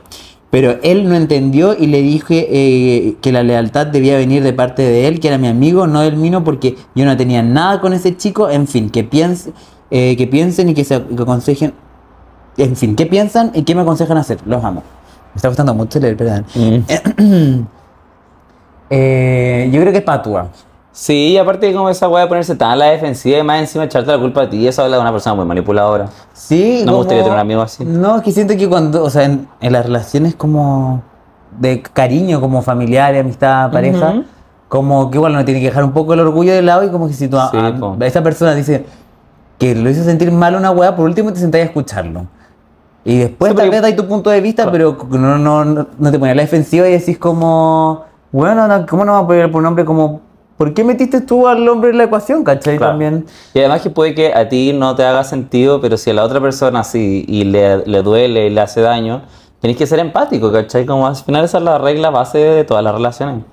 Speaker 2: Pero él no entendió y le dije eh, que la lealtad debía venir de parte de él, que era mi amigo, no del mino, porque yo no tenía nada con ese chico. En fin, que, piense, eh, que piensen y que se aconsejen. En fin, ¿qué piensan y qué me aconsejan hacer? Los amo. Me está gustando mucho leer, perdón.
Speaker 1: Mm.
Speaker 2: Eh, yo creo que es patua.
Speaker 1: Sí, y aparte como esa weá de ponerse tan a la defensiva y más encima echarte la culpa a ti, eso habla de una persona muy manipuladora.
Speaker 2: Sí,
Speaker 1: No me gustaría tener un amigo así.
Speaker 2: No, es que siento que cuando, o sea, en, en las relaciones como de cariño, como familiar, amistad, pareja,
Speaker 1: Ujú.
Speaker 2: como que igual uno tiene que dejar un poco el orgullo de lado y como que si tú a,
Speaker 1: Sí,
Speaker 2: a-
Speaker 1: po.
Speaker 2: esa persona dice que lo hizo sentir mal una weá, por último te sentás a escucharlo. Y después
Speaker 1: Sí,
Speaker 2: tal
Speaker 1: porque-
Speaker 2: vez dais tu punto de vista, pero no, no, no, no te pones a la defensiva y decís como, bueno, no, ¿cómo no va a poner por un hombre como, ¿por qué metiste tú al hombre en la ecuación, cachai?
Speaker 1: Claro.
Speaker 2: También.
Speaker 1: Y además que puede que a ti no te haga sentido, pero si a la otra persona sí y le, le duele y le hace daño, tenés que ser empático, ¿cachai? Como al final esa es la regla base de todas las relaciones.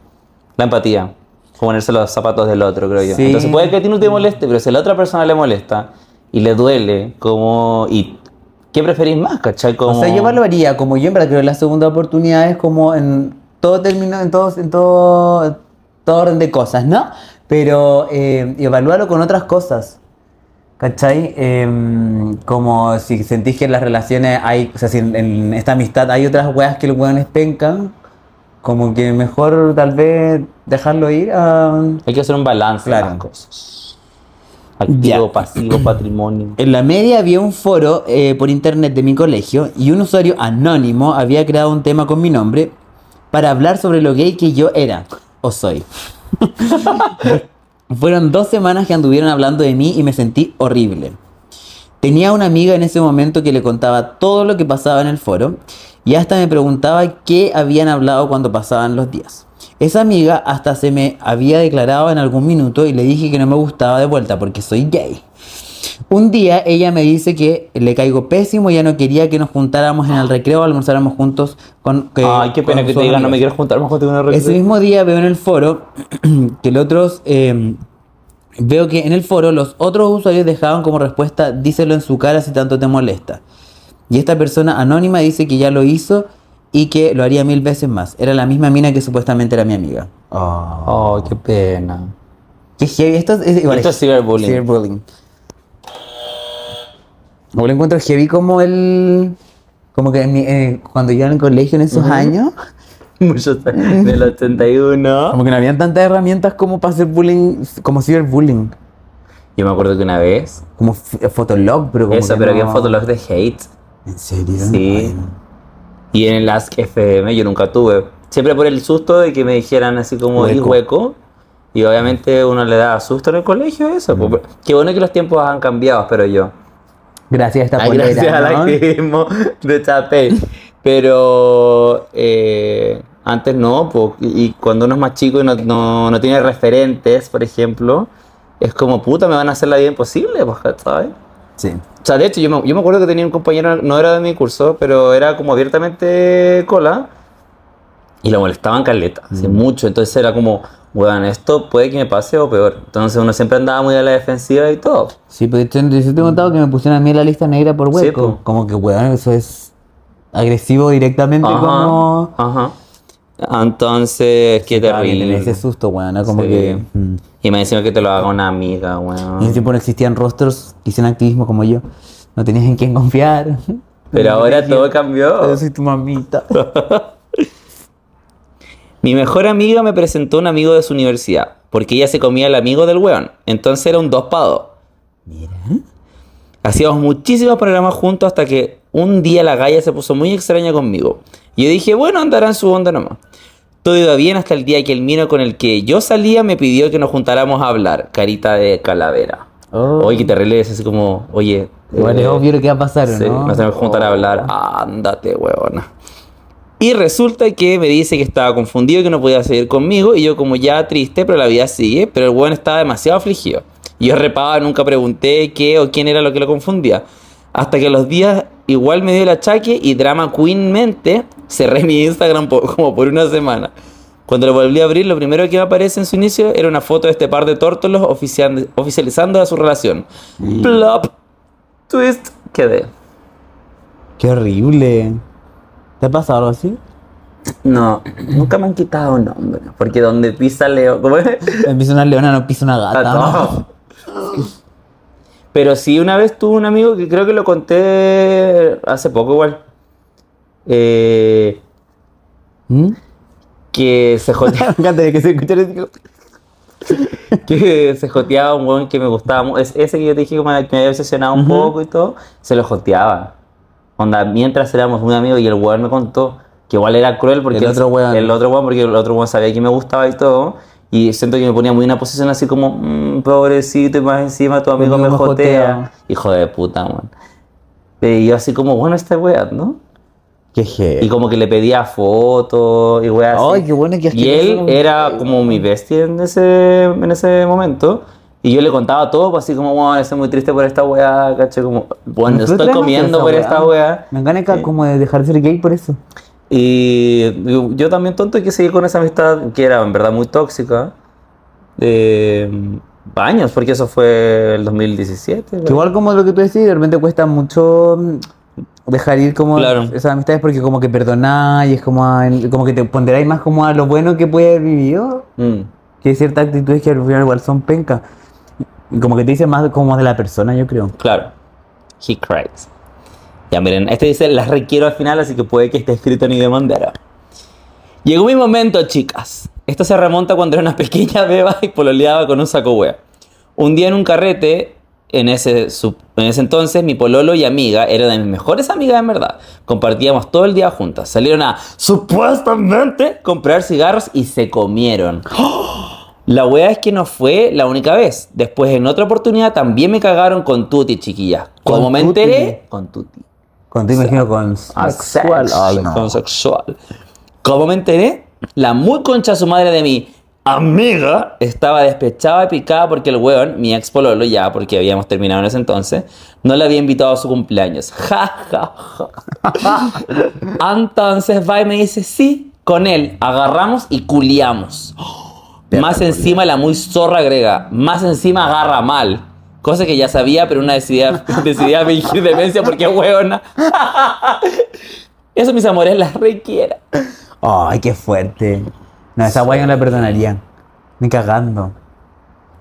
Speaker 1: La empatía. Como ponerse los zapatos del otro, creo yo.
Speaker 2: Sí.
Speaker 1: Entonces puede que a ti no te moleste, pero si a la otra persona le molesta y le duele, como. ¿Y qué preferís más, cachai? Como...
Speaker 2: O sea, yo valoraría, como yo en verdad creo que la segunda oportunidad es como en todo término, en todo, en todo, todo orden de cosas, ¿no? Pero eh, evalúalo con otras cosas. ¿Cachai? Em, como si sentís que en las relaciones hay, o sea, si en, en esta amistad hay otras weas que los weones pencan, como que mejor tal vez dejarlo ir a...
Speaker 1: Hay que hacer un balance de
Speaker 2: Claro.
Speaker 1: las cosas. Activo, pasivo, patrimonio.
Speaker 2: En la media había un foro eh, por internet de mi colegio y un usuario anónimo había creado un tema con mi nombre para hablar sobre lo gay que yo era o soy. Fueron dos semanas que anduvieron hablando de mí y me sentí horrible. Tenía una amiga en ese momento que le contaba todo lo que pasaba en el foro y hasta me preguntaba qué habían hablado cuando pasaban los días. Esa amiga hasta se me había declarado en algún minuto y le dije que no me gustaba de vuelta porque soy gay. Un día ella me dice que le caigo pésimo y ya no quería que nos juntáramos en el recreo o almorzáramos juntos con... que-
Speaker 1: Ay, qué pena
Speaker 2: con
Speaker 1: que
Speaker 2: sus
Speaker 1: te digan, no me
Speaker 2: amigos".
Speaker 1: quiero juntar más contigo en una
Speaker 2: Ese
Speaker 1: reunión.
Speaker 2: mismo día veo en el foro que los otros. eh, veo que en el foro los otros usuarios dejaban como respuesta: díselo en su cara si tanto te molesta. Y esta persona anónima dice que ya lo hizo y que lo haría mil veces más. Era la misma mina que supuestamente era mi amiga.
Speaker 1: Oh, qué pena.
Speaker 2: Qué heavy. Esto es, Ah. igual
Speaker 1: Esto es ciberbullying.
Speaker 2: Ciberbullying. Igual encuentro heavy como el. Como que en mi- eh, cuando yo era en el colegio en esos años.
Speaker 1: Muchos años del 81.
Speaker 2: Como que no habían tantas herramientas como para hacer bullying, como ciberbullying.
Speaker 1: Yo me acuerdo que una vez,
Speaker 2: Como f- eh, Fotolog, pero como.
Speaker 1: eso,
Speaker 2: que
Speaker 1: pero
Speaker 2: no-
Speaker 1: había fotolog de hate.
Speaker 2: ¿En serio?
Speaker 1: Sí. Y en el Ask FM yo nunca tuve. Siempre por el susto de que me dijeran así como "Y
Speaker 2: Hueco".
Speaker 1: hueco. Y obviamente uno le da susto en el colegio eso. pues.
Speaker 2: Mm.
Speaker 1: Qué bueno que los tiempos han cambiado, pero yo.
Speaker 2: Gracias a esta
Speaker 1: Ay,
Speaker 2: polera,
Speaker 1: gracias al
Speaker 2: ¿no?
Speaker 1: activismo de Chapey. Pero eh, antes no, po, y y cuando uno es más chico y no, no, no tiene referentes, por ejemplo, es como puta, me van a hacer la vida imposible, pues, ¿sabes?
Speaker 2: Sí.
Speaker 1: O sea, de hecho, yo me, yo me acuerdo que tenía un compañero, no era de mi curso, pero era como abiertamente cola y lo molestaban caleta, así mucho. Entonces era como, bueno, esto puede que me pase o peor. Entonces uno siempre andaba muy a la defensiva y todo.
Speaker 2: Sí, pero yo te, yo te he contado que me pusieron a mí en la lista negra por
Speaker 1: Sí,
Speaker 2: hueco.
Speaker 1: po.
Speaker 2: como que, weón, eso es agresivo directamente,
Speaker 1: Ajá,
Speaker 2: como.
Speaker 1: ajá. Entonces, qué
Speaker 2: Ah, que tenés
Speaker 1: terrible.
Speaker 2: ese susto, weón, ¿no? Como
Speaker 1: Sí.
Speaker 2: que. mm.
Speaker 1: Y me decían que te lo haga una amiga,
Speaker 2: Y en ese
Speaker 1: weón.
Speaker 2: tiempo no existían rostros que hicieran activismo como yo. No tenías en quién confiar.
Speaker 1: Pero ahora todo
Speaker 2: Yo
Speaker 1: cambió.
Speaker 2: soy tu mamita.
Speaker 1: Mi mejor amiga me presentó un amigo de su universidad, porque ella se comía el amigo del weón. Entonces era un dos pado. Hacíamos muchísimos programas juntos hasta que un día la galla se puso muy extraña conmigo. Yo dije, bueno, andará en su onda nomás. Todo iba bien hasta el día que el mino con el que yo salía me pidió que nos juntáramos a hablar. Carita de calavera.
Speaker 2: Oh.
Speaker 1: Oye, que terrible es así como, oye.
Speaker 2: Igual es
Speaker 1: eh,
Speaker 2: obvio lo que va a pasar, ¿o
Speaker 1: sí,
Speaker 2: ¿no? Oh.
Speaker 1: nos tenemos que juntar a hablar. Ándate, huevona. Y resulta que me dice que estaba confundido y que no podía seguir conmigo. Y yo, como ya triste, pero la vida sigue. Pero el huevón estaba demasiado afligido. Yo repaba, nunca pregunté qué o quién era lo que lo confundía. Hasta que a los días igual me dio el achaque y drama queen mente cerré mi Instagram po- como por una semana. Cuando lo volví a abrir, lo primero que me aparece en su inicio era una foto de este par de tórtolos ofician- oficializando a su relación. Plop, twist, quedé.
Speaker 2: Qué horrible. ¿Te ha pasado algo así?
Speaker 1: No, nunca me han quitado nombre. Porque donde pisa Leo. ¿Cómo es?
Speaker 2: Empieza una leona, no pisa una gata.
Speaker 1: Atado. Pero sí, una vez tuve un amigo que creo que lo conté hace poco igual. eh,
Speaker 2: ¿Mm?
Speaker 1: que se jotea,
Speaker 2: Me encanta de que se escuchara así como-
Speaker 1: que se joteaba un weón que me gustaba mu- es- Ese que yo te dije que me, que me había obsesionado un poco y todo. Se lo joteaba. Onda, mientras éramos un amigo y el weón me contó que igual era cruel porque
Speaker 2: El otro weón.
Speaker 1: el otro weón, porque el otro weón sabía que me gustaba y todo. Y siento que me ponía muy en una posición así como, "Mm, pobrecito, y más encima tu amigo me
Speaker 2: Amigo me
Speaker 1: jotea.
Speaker 2: jotea.
Speaker 1: Hijo de puta, weón. Y yo así como, bueno, este weón, ¿no?
Speaker 2: Qué
Speaker 1: Y
Speaker 2: je.
Speaker 1: como que le pedía fotos y weas así.
Speaker 2: Ay, qué bueno que
Speaker 1: Y él era como mi bestia en ese, en ese momento. Y yo le contaba todo, pues, así como, wow, estoy muy triste por esta weá, caché, como, bueno, estoy comiendo por esta weá.
Speaker 2: Me encanta ca- como de dejar de ser gay por eso.
Speaker 1: Y yo, yo también tonto que seguí con esa amistad que era en verdad muy tóxica. Eh, años, porque eso fue el 2017.
Speaker 2: Que igual como lo que tú decís, de repente cuesta mucho mm, dejar ir como
Speaker 1: Claro.
Speaker 2: esas amistades porque como que perdonáis, es como, a- como que te ponderáis más como a lo bueno que puede haber vivido,
Speaker 1: Mm.
Speaker 2: que hay ciertas actitudes que al final igual son pencas. Y como que te dice más como de la persona, yo creo.
Speaker 1: Claro. He cries. Ya miren, este dice, las requiero al final, así que puede que esté escrito ni de bandera. Llegó mi momento, chicas. Esto se remonta cuando era una pequeña beba y pololeaba con un saco wea. Un día en un carrete, en ese, su- en ese entonces, mi pololo y amiga era de mis mejores amigas en verdad. Compartíamos todo el día juntas. Salieron a, supuestamente, comprar cigarros y se comieron. La wea es que no fue la única vez. Después, en otra oportunidad, también me cagaron con Tuti, chiquilla.
Speaker 2: ¿Con
Speaker 1: Como me
Speaker 2: Tuti?
Speaker 1: enteré, con Tuti.
Speaker 2: Cuando te imagino con
Speaker 1: Asexual.
Speaker 2: Ay,
Speaker 1: ay,
Speaker 2: no.
Speaker 1: con sexual. Como me enteré, la muy concha su madre de mi amiga estaba despechada y picada porque el weón, mi ex pololo, ya porque habíamos terminado en ese entonces, no le había invitado a su cumpleaños. Ja, ja, ja. Entonces va y me dice, sí, con él agarramos y culiamos. Más encima la muy zorra agrega, más encima agarra mal. Cosa que ya sabía, pero una decidía, decidía fingir demencia porque es hueona. Eso, mis amores, las requiera.
Speaker 2: Ay, qué fuerte. No, esa weá yo no la perdonaría. Ni cagando.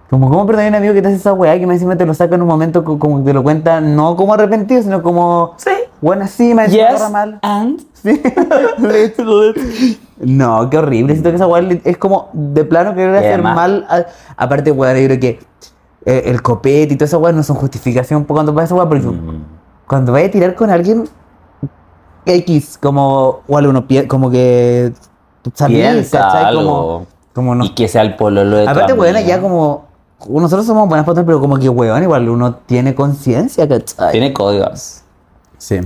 Speaker 2: Como, ¿cómo perdonar a un amigo que te hace esa weá que más encima te lo saca en un momento co- como que te lo cuenta, no como arrepentido, sino como.
Speaker 1: Sí.
Speaker 2: Bueno, sí, me
Speaker 1: Yes,
Speaker 2: agarra mal.
Speaker 1: and...
Speaker 2: Sí. no, qué horrible. Siento que esa weá le- es como de plano querer hacer
Speaker 3: además-
Speaker 2: mal. a- aparte, weá, yo creo que eh, el copete y toda esa weá no son justificación por cuando pasa esa weá, porque cuando vaya a tirar con alguien X, como, o alguno, pie- como que salís,
Speaker 3: Piensa
Speaker 2: ¿cachai?
Speaker 3: algo.
Speaker 2: Como, como no.
Speaker 3: Y que sea el pololo de tu
Speaker 2: Aparte,
Speaker 3: amiga.
Speaker 2: weón, ya como, nosotros somos buenas patas, pero como que, weón, igual uno tiene conciencia, ¿cachai?
Speaker 1: Tiene códigos.
Speaker 2: Sí.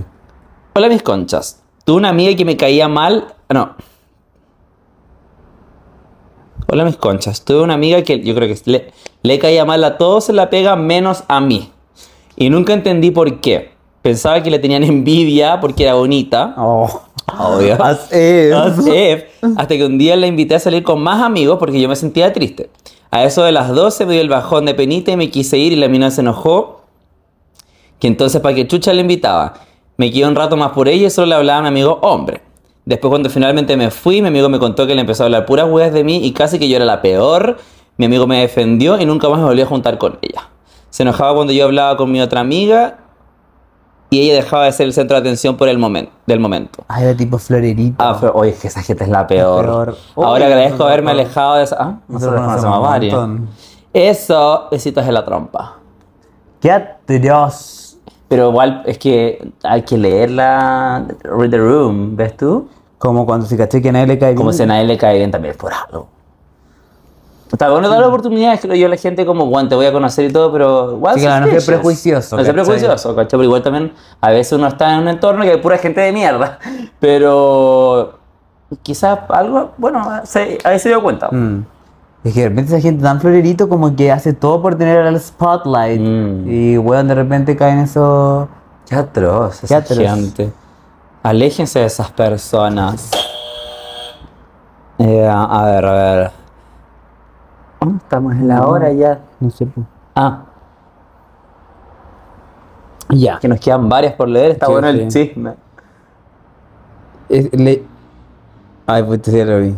Speaker 1: Hola mis conchas. Tuve una amiga que me caía mal. ah, No. Hola mis conchas. Tuve una amiga que yo creo que le, le caía mal a todos se la pega menos a mí. Y nunca entendí por qué. Pensaba que le tenían envidia porque era bonita.
Speaker 2: Oh.
Speaker 1: Obvio.
Speaker 2: As is.
Speaker 1: As if. Hasta que un día la invité a salir con más amigos porque yo me sentía triste. A eso de las 12 me dio el bajón de penita y me quise ir y la mina se enojó. Que entonces para que chucha le invitaba. Me quedé un rato más por ella y solo le hablaba a mi amigo hombre. Después cuando finalmente me fui, mi amigo me contó que le empezó a hablar puras weas de mí y casi que yo era la peor. Mi amigo me defendió y nunca más me volví a juntar con ella. Se enojaba cuando yo hablaba con mi otra amiga y ella dejaba de ser el centro de atención por el momento, del momento.
Speaker 2: Ay, Ah, era tipo florerita.
Speaker 1: Ah, fue- oye, es que esa gente es la peor.
Speaker 2: peor.
Speaker 1: Ahora
Speaker 2: Uy,
Speaker 1: agradezco
Speaker 2: nosotros
Speaker 1: haberme
Speaker 2: no-
Speaker 1: alejado de esa. ¿Ah?
Speaker 2: Nosotros
Speaker 1: Nosotros
Speaker 2: conocemos un
Speaker 1: varias.
Speaker 2: montón.
Speaker 1: Eso, besitos en la trompa.
Speaker 2: Qué atroz.
Speaker 1: Pero igual es que hay que leerla. Read the room, ¿ves tú?
Speaker 2: Como cuando se caché que a nadie le cae
Speaker 1: Como
Speaker 2: bien.
Speaker 1: si a nadie le cae bien también es por algo. Está bueno dar oportunidades, creo yo, a la gente como, bueno, te voy a conocer y todo, pero igual
Speaker 2: Sí, claro, no seas
Speaker 1: suspicious.
Speaker 2: prejuicioso,
Speaker 1: No seas
Speaker 2: ¿cachai?
Speaker 1: prejuicioso, ¿cachai? Pero igual también a veces uno está en un entorno que hay pura gente de mierda. Pero quizás algo, bueno, se, ahí se dio cuenta.
Speaker 2: Mm. Es que de repente esa gente tan florerito como que hace todo por tener el spotlight.
Speaker 1: Mm.
Speaker 2: Y weón, de repente caen esos.
Speaker 1: Qué atroz esa
Speaker 2: atroz.
Speaker 1: gente. Aléjense de esas personas. Eh, a ver, a ver. Estamos en la hora ya.
Speaker 2: No sé. po.
Speaker 1: Ah. Ya. Que nos quedan varias por leer. Está
Speaker 2: Sí,
Speaker 1: bueno el
Speaker 2: sí.
Speaker 1: chisme.
Speaker 2: Es- le- Ay, pues sí, lo vi.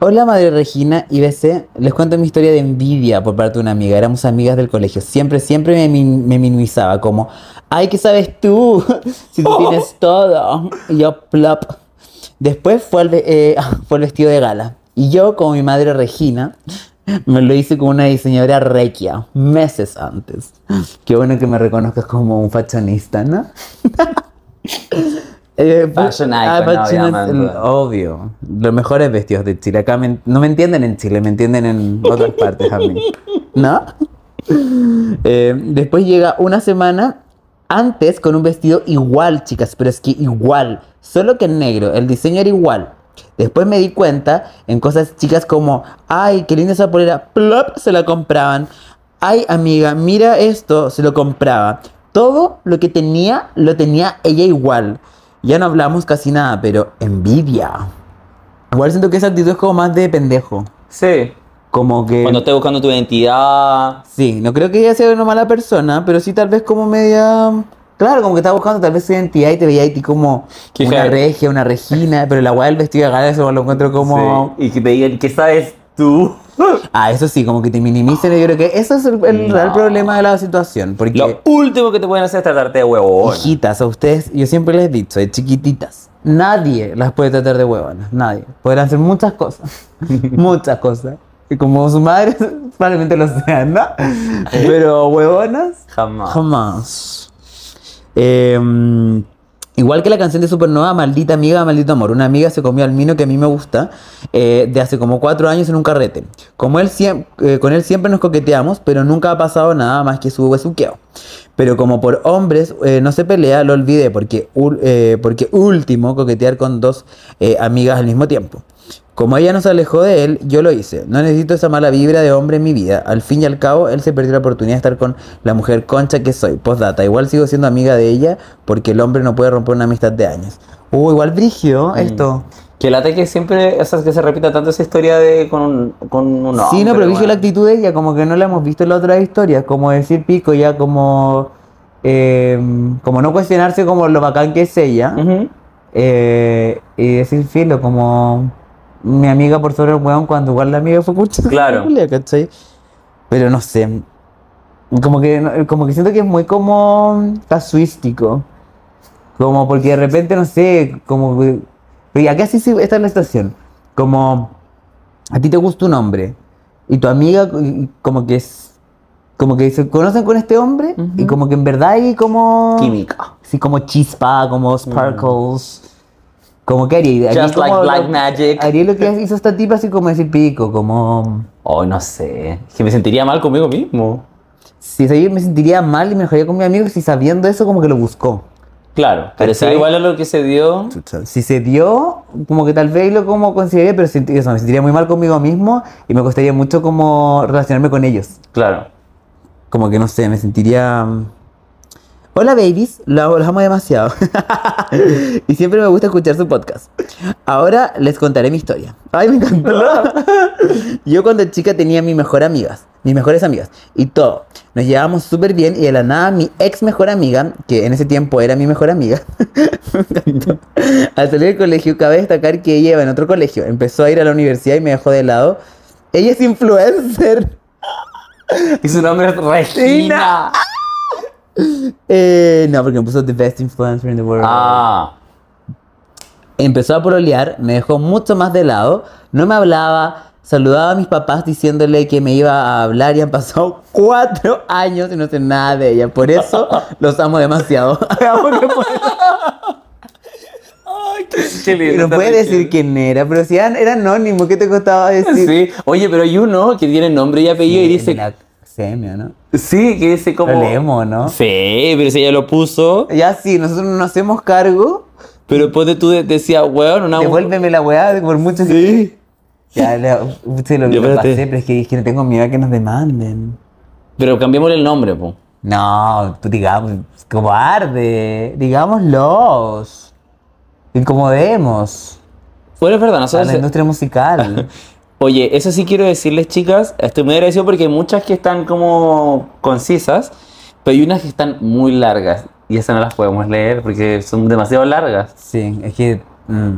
Speaker 2: Hola madre Regina y BC, les cuento mi historia de envidia por parte de una amiga. Éramos amigas del colegio. Siempre, siempre me, min- me minimizaba como, ay, ¿qué sabes tú? Si tú tienes todo. Y yo, plop. Después fue el, fue el vestido de gala. Y yo, como mi madre Regina, me lo hice con una diseñadora requia, meses antes. Qué bueno que me reconozcas como un fashionista, ¿no? Eh,
Speaker 1: Fashion
Speaker 2: ah,
Speaker 1: icon,
Speaker 2: fashion is-
Speaker 1: obviamente.
Speaker 2: Obvio. Los mejores vestidos de Chile. Acá me- no me entienden en Chile, me entienden en otras partes a mí. ¿No? Eh, después llega una semana antes con un vestido igual, chicas, pero es que igual, solo que en negro, el diseño era igual. Después me di cuenta en cosas chicas como, ay, qué linda esa polera, plop, se la compraban. Ay, amiga, mira esto, se lo compraba. Todo lo que tenía, lo tenía ella igual. Ya no hablamos casi nada, pero envidia. Igual siento que esa actitud es como más de pendejo.
Speaker 1: Sí.
Speaker 2: Como que.
Speaker 1: Cuando estés buscando tu identidad.
Speaker 2: Sí, no creo que ella sea una mala persona, pero sí tal vez como media... Claro, como que estaba buscando tal vez su identidad y te veía a ti como
Speaker 1: Qué
Speaker 2: una
Speaker 1: heavy.
Speaker 2: regia, una regina, pero la weá del vestido de gala eso lo encuentro como...
Speaker 1: Sí, Y que te digan, ¿qué sabes tú?
Speaker 2: Ah, eso sí, como que te minimicen y yo creo que eso es el, el real
Speaker 1: No.
Speaker 2: problema de la situación, porque...
Speaker 1: Lo último que te pueden hacer es tratarte de huevón.
Speaker 2: Hijitas, a ustedes, yo siempre les he dicho, de chiquititas, nadie las puede tratar de huevonas, nadie. Podrán hacer muchas cosas, muchas cosas. Y como su madre probablemente lo sean, ¿no?
Speaker 1: Eh.
Speaker 2: Pero huevonas,
Speaker 1: Jamás.
Speaker 2: Jamás. Eh, igual que la canción de Supernova, Maldita Amiga, Maldito Amor. Una amiga se comió al mino que a mí me gusta eh, de hace como cuatro años en un carrete. Como él siem- eh, con él siempre nos coqueteamos, pero nunca ha pasado nada más que su besuqueo. Pero como por hombres eh, no se pelea, lo olvidé porque, ul- eh, porque último coquetear con dos eh, amigas al mismo tiempo. Como ella nos alejó de él, yo lo hice. No necesito esa mala vibra de hombre en mi vida. Al fin y al cabo, él se perdió la oportunidad de estar con la mujer concha que soy. Postdata, igual sigo siendo amiga de ella porque el hombre no puede romper una amistad de años. Uh, igual brigio esto.
Speaker 1: Que late que siempre, o sea, que se repita tanto esa historia de con un, con un
Speaker 2: sí, no,
Speaker 1: hombre,
Speaker 2: pero brigio
Speaker 1: weón.
Speaker 2: la actitud de ella, como que no la hemos visto en la otra historia. Como decir pico ya como... eh, como no cuestionarse como lo bacán que es ella.
Speaker 1: Ujú.
Speaker 2: eh, y decir filo como mi amiga por sobre el weón cuando igual la amiga fue cucha
Speaker 1: Claro.
Speaker 2: culia, ¿cachai? Pero no sé. Como que, no- como que siento que es muy como casuístico. Como porque de repente, no sé, como... que- Pero acá sí, sí, esta es la situación. Como a ti te gusta un hombre y tu amiga y- como que es... Como que se conocen con este hombre y como que en verdad hay como...
Speaker 1: Ah. Química.
Speaker 2: Sí, como chispa, como sparkles. Como que haría. haría
Speaker 1: Mm. Just like
Speaker 2: como
Speaker 1: black
Speaker 2: lo-
Speaker 1: magic. Ay,
Speaker 2: Haría lo que hizo esta tipa, así como decir pico, como.
Speaker 1: no sé. Que me sentiría mal conmigo mismo.
Speaker 2: Si sabía, me sentiría mal y me dejaría con mi amigo si sabiendo eso, como que lo buscó.
Speaker 1: Claro, pero
Speaker 2: ¿Cachai?
Speaker 1: sí, igual a lo que se dio.
Speaker 2: Si se dio, como que tal vez lo como consideré, pero senti- eso, me sentiría muy mal conmigo mismo y me costaría mucho como relacionarme con ellos.
Speaker 1: Claro.
Speaker 2: Como que no sé, me sentiría. mm, Hola babies, los, los amo demasiado. y siempre me gusta escuchar su podcast. Ahora les contaré mi historia. Ay, me encantó. Yo cuando chica tenía mis mejor amigas, mis mejores amigas y todo. Nos llevábamos súper bien y de la nada mi ex mejor amiga, que en ese tiempo era mi mejor amiga, me encantó. al salir del colegio cabe destacar que ella iba en otro colegio. Empezó a ir a la universidad y me dejó de lado. Ella es influencer.
Speaker 1: Y su nombre es Regina.
Speaker 2: Eh, no, porque me puso The Best Influencer in the World.
Speaker 1: Ah.
Speaker 2: Empezó a pololear, me dejó mucho más de lado, no me hablaba, saludaba a mis papás diciéndole que me iba a hablar y han pasado cuatro años y no sé nada de ella. Por eso los amo demasiado. Hagamos que por-
Speaker 1: Qué lindo
Speaker 2: no
Speaker 1: esta
Speaker 2: puede
Speaker 1: Regina.
Speaker 2: decir quién era, pero si era, era anónimo, ¿qué te costaba decir?
Speaker 1: Sí. Oye, pero hay uno que tiene nombre y apellido y dice.
Speaker 2: La semio, ¿no?
Speaker 1: Sí, que dice como.
Speaker 2: Lo leemos, ¿no?
Speaker 1: Sí, pero si ella lo puso.
Speaker 2: Ya sí, nosotros no nos hacemos cargo.
Speaker 1: Pero después de tú de- decías, weón, una
Speaker 2: Devuélveme la weá por mucho
Speaker 1: Sí.
Speaker 2: Ya, la- se lo,
Speaker 1: Ya,
Speaker 2: lo
Speaker 1: espérate.
Speaker 2: pasé, pero es que, es que no tengo miedo a que nos demanden.
Speaker 1: Pero cambiémosle el nombre, po.
Speaker 2: No, tú digamos, cobarde, digámoslos, incomodemos
Speaker 1: Bueno, es verdad,
Speaker 2: a
Speaker 1: nosotros.
Speaker 2: la industria musical.
Speaker 1: Oye, eso sí quiero decirles, chicas. Estoy muy agradecido porque hay muchas que están como concisas, pero hay unas que están muy largas. Y esas no las podemos leer porque son demasiado largas.
Speaker 2: Sí, es que... mm.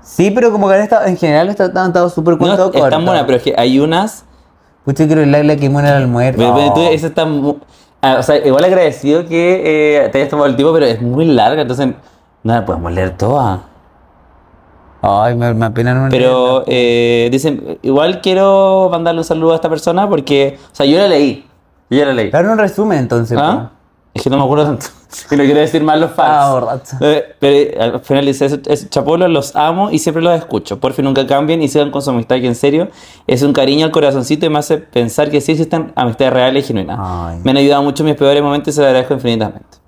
Speaker 2: Sí, pero como que han estado- en general está- han estado súper
Speaker 1: No,
Speaker 2: corto.
Speaker 1: están buenas, pero es que hay unas.
Speaker 2: Pucha, creo que la, la quemó en el almuerzo.
Speaker 1: Ve- ve, tú, esa está mu- ah, o sea, igual agradecido que eh, te hayas tomado el tiempo, pero es muy larga, entonces no la podemos leer toda.
Speaker 2: Ay, me, me apena no
Speaker 1: Pero eh, dicen, igual quiero mandarle un saludo a esta persona porque, o sea, yo la leí. Yo ya la leí.
Speaker 2: Claro, un resumen entonces.
Speaker 1: ¿Ah?
Speaker 2: po.
Speaker 1: Es que no me acuerdo tanto. Y no quiero decir mal los fans.
Speaker 2: Ah, borracha.
Speaker 1: Eh, pero al final dice, "Es- es- Chapolo, los amo y siempre los escucho. Por fin nunca cambien y sigan con su amistad que en serio es un cariño al corazoncito y me hace pensar que sí existen amistades reales y genuinas.
Speaker 2: Ay.
Speaker 1: Me han ayudado mucho en mis peores momentos y se lo agradezco infinitamente.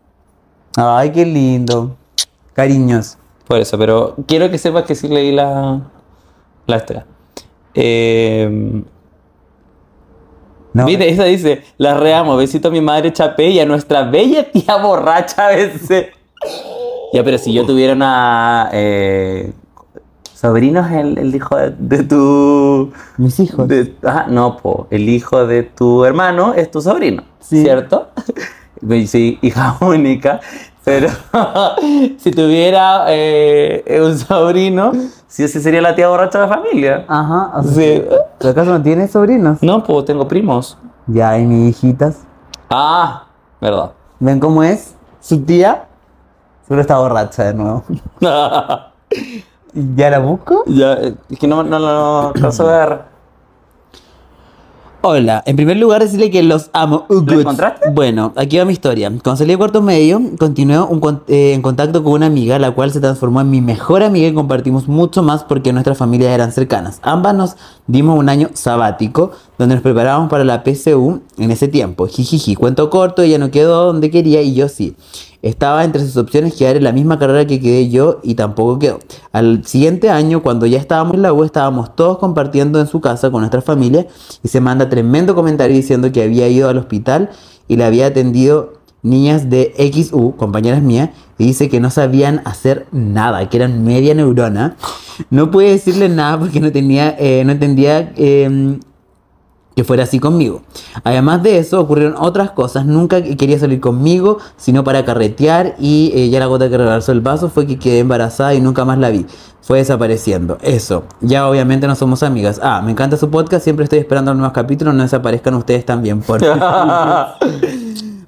Speaker 2: Ay, qué lindo. Cariños.
Speaker 1: Por eso, pero quiero que sepas que sí leí la, la historia. Eh,
Speaker 2: No, eh.
Speaker 1: Viste, esa dice, la reamo, besito a mi madre Chapé y a nuestra bella tía borracha a veces. ya, pero si yo tuviera una... eh, sobrino es el, el hijo de, de tu...
Speaker 2: Mis hijos.
Speaker 1: de- ah, no, po, el hijo de tu hermano es tu sobrino,
Speaker 2: Sí.
Speaker 1: ¿cierto? Y Sí, hija única, pero si tuviera eh, un sobrino, sí, sí sería la tía borracha de la familia.
Speaker 2: Ah. Ajá. o sea,
Speaker 1: Sí.
Speaker 2: ¿Pero acaso no tienes sobrinos?
Speaker 1: No, pues tengo primos.
Speaker 2: Ya, y mis hijitas.
Speaker 1: Ah, verdad.
Speaker 2: ¿Ven cómo es? Su tía. Solo está borracha de nuevo. ¿Ya la busco?
Speaker 1: Ya, eh, es que no, no lo alcanzo a ver.
Speaker 2: Hola, en primer lugar decirle que los amo. Uh, goods.
Speaker 1: encontraste?
Speaker 2: Bueno, aquí va mi historia. Cuando salí de cuarto medio, continué un con- eh, en contacto con una amiga, la cual se transformó en mi mejor amiga y compartimos mucho más porque nuestras familias eran cercanas. Ambas nos dimos un año sabático donde nos preparábamos para la PSU en ese tiempo. Jijiji, cuento corto, ella no quedó donde quería y yo sí. Estaba entre sus opciones quedar en la misma carrera que quedé yo y tampoco quedó. Al siguiente año, cuando ya estábamos en la U, estábamos todos compartiendo en su casa con nuestra familia y se manda tremendo comentario diciendo que había ido al hospital y la había atendido niñas de XU, compañeras mías, y dice que no sabían hacer nada, que eran media neurona. No pude decirle nada porque no tenía, eh, no entendía eh, que fuera así conmigo. Además de eso, ocurrieron otras cosas. Nunca quería salir conmigo, sino para carretear. Y eh, ya la gota que rebasó el vaso fue que quedé embarazada y nunca más la vi. Fue desapareciendo. Eso. Ya obviamente no somos amigas. Ah, me encanta su podcast. Siempre estoy esperando los nuevos capítulos. No desaparezcan ustedes también, por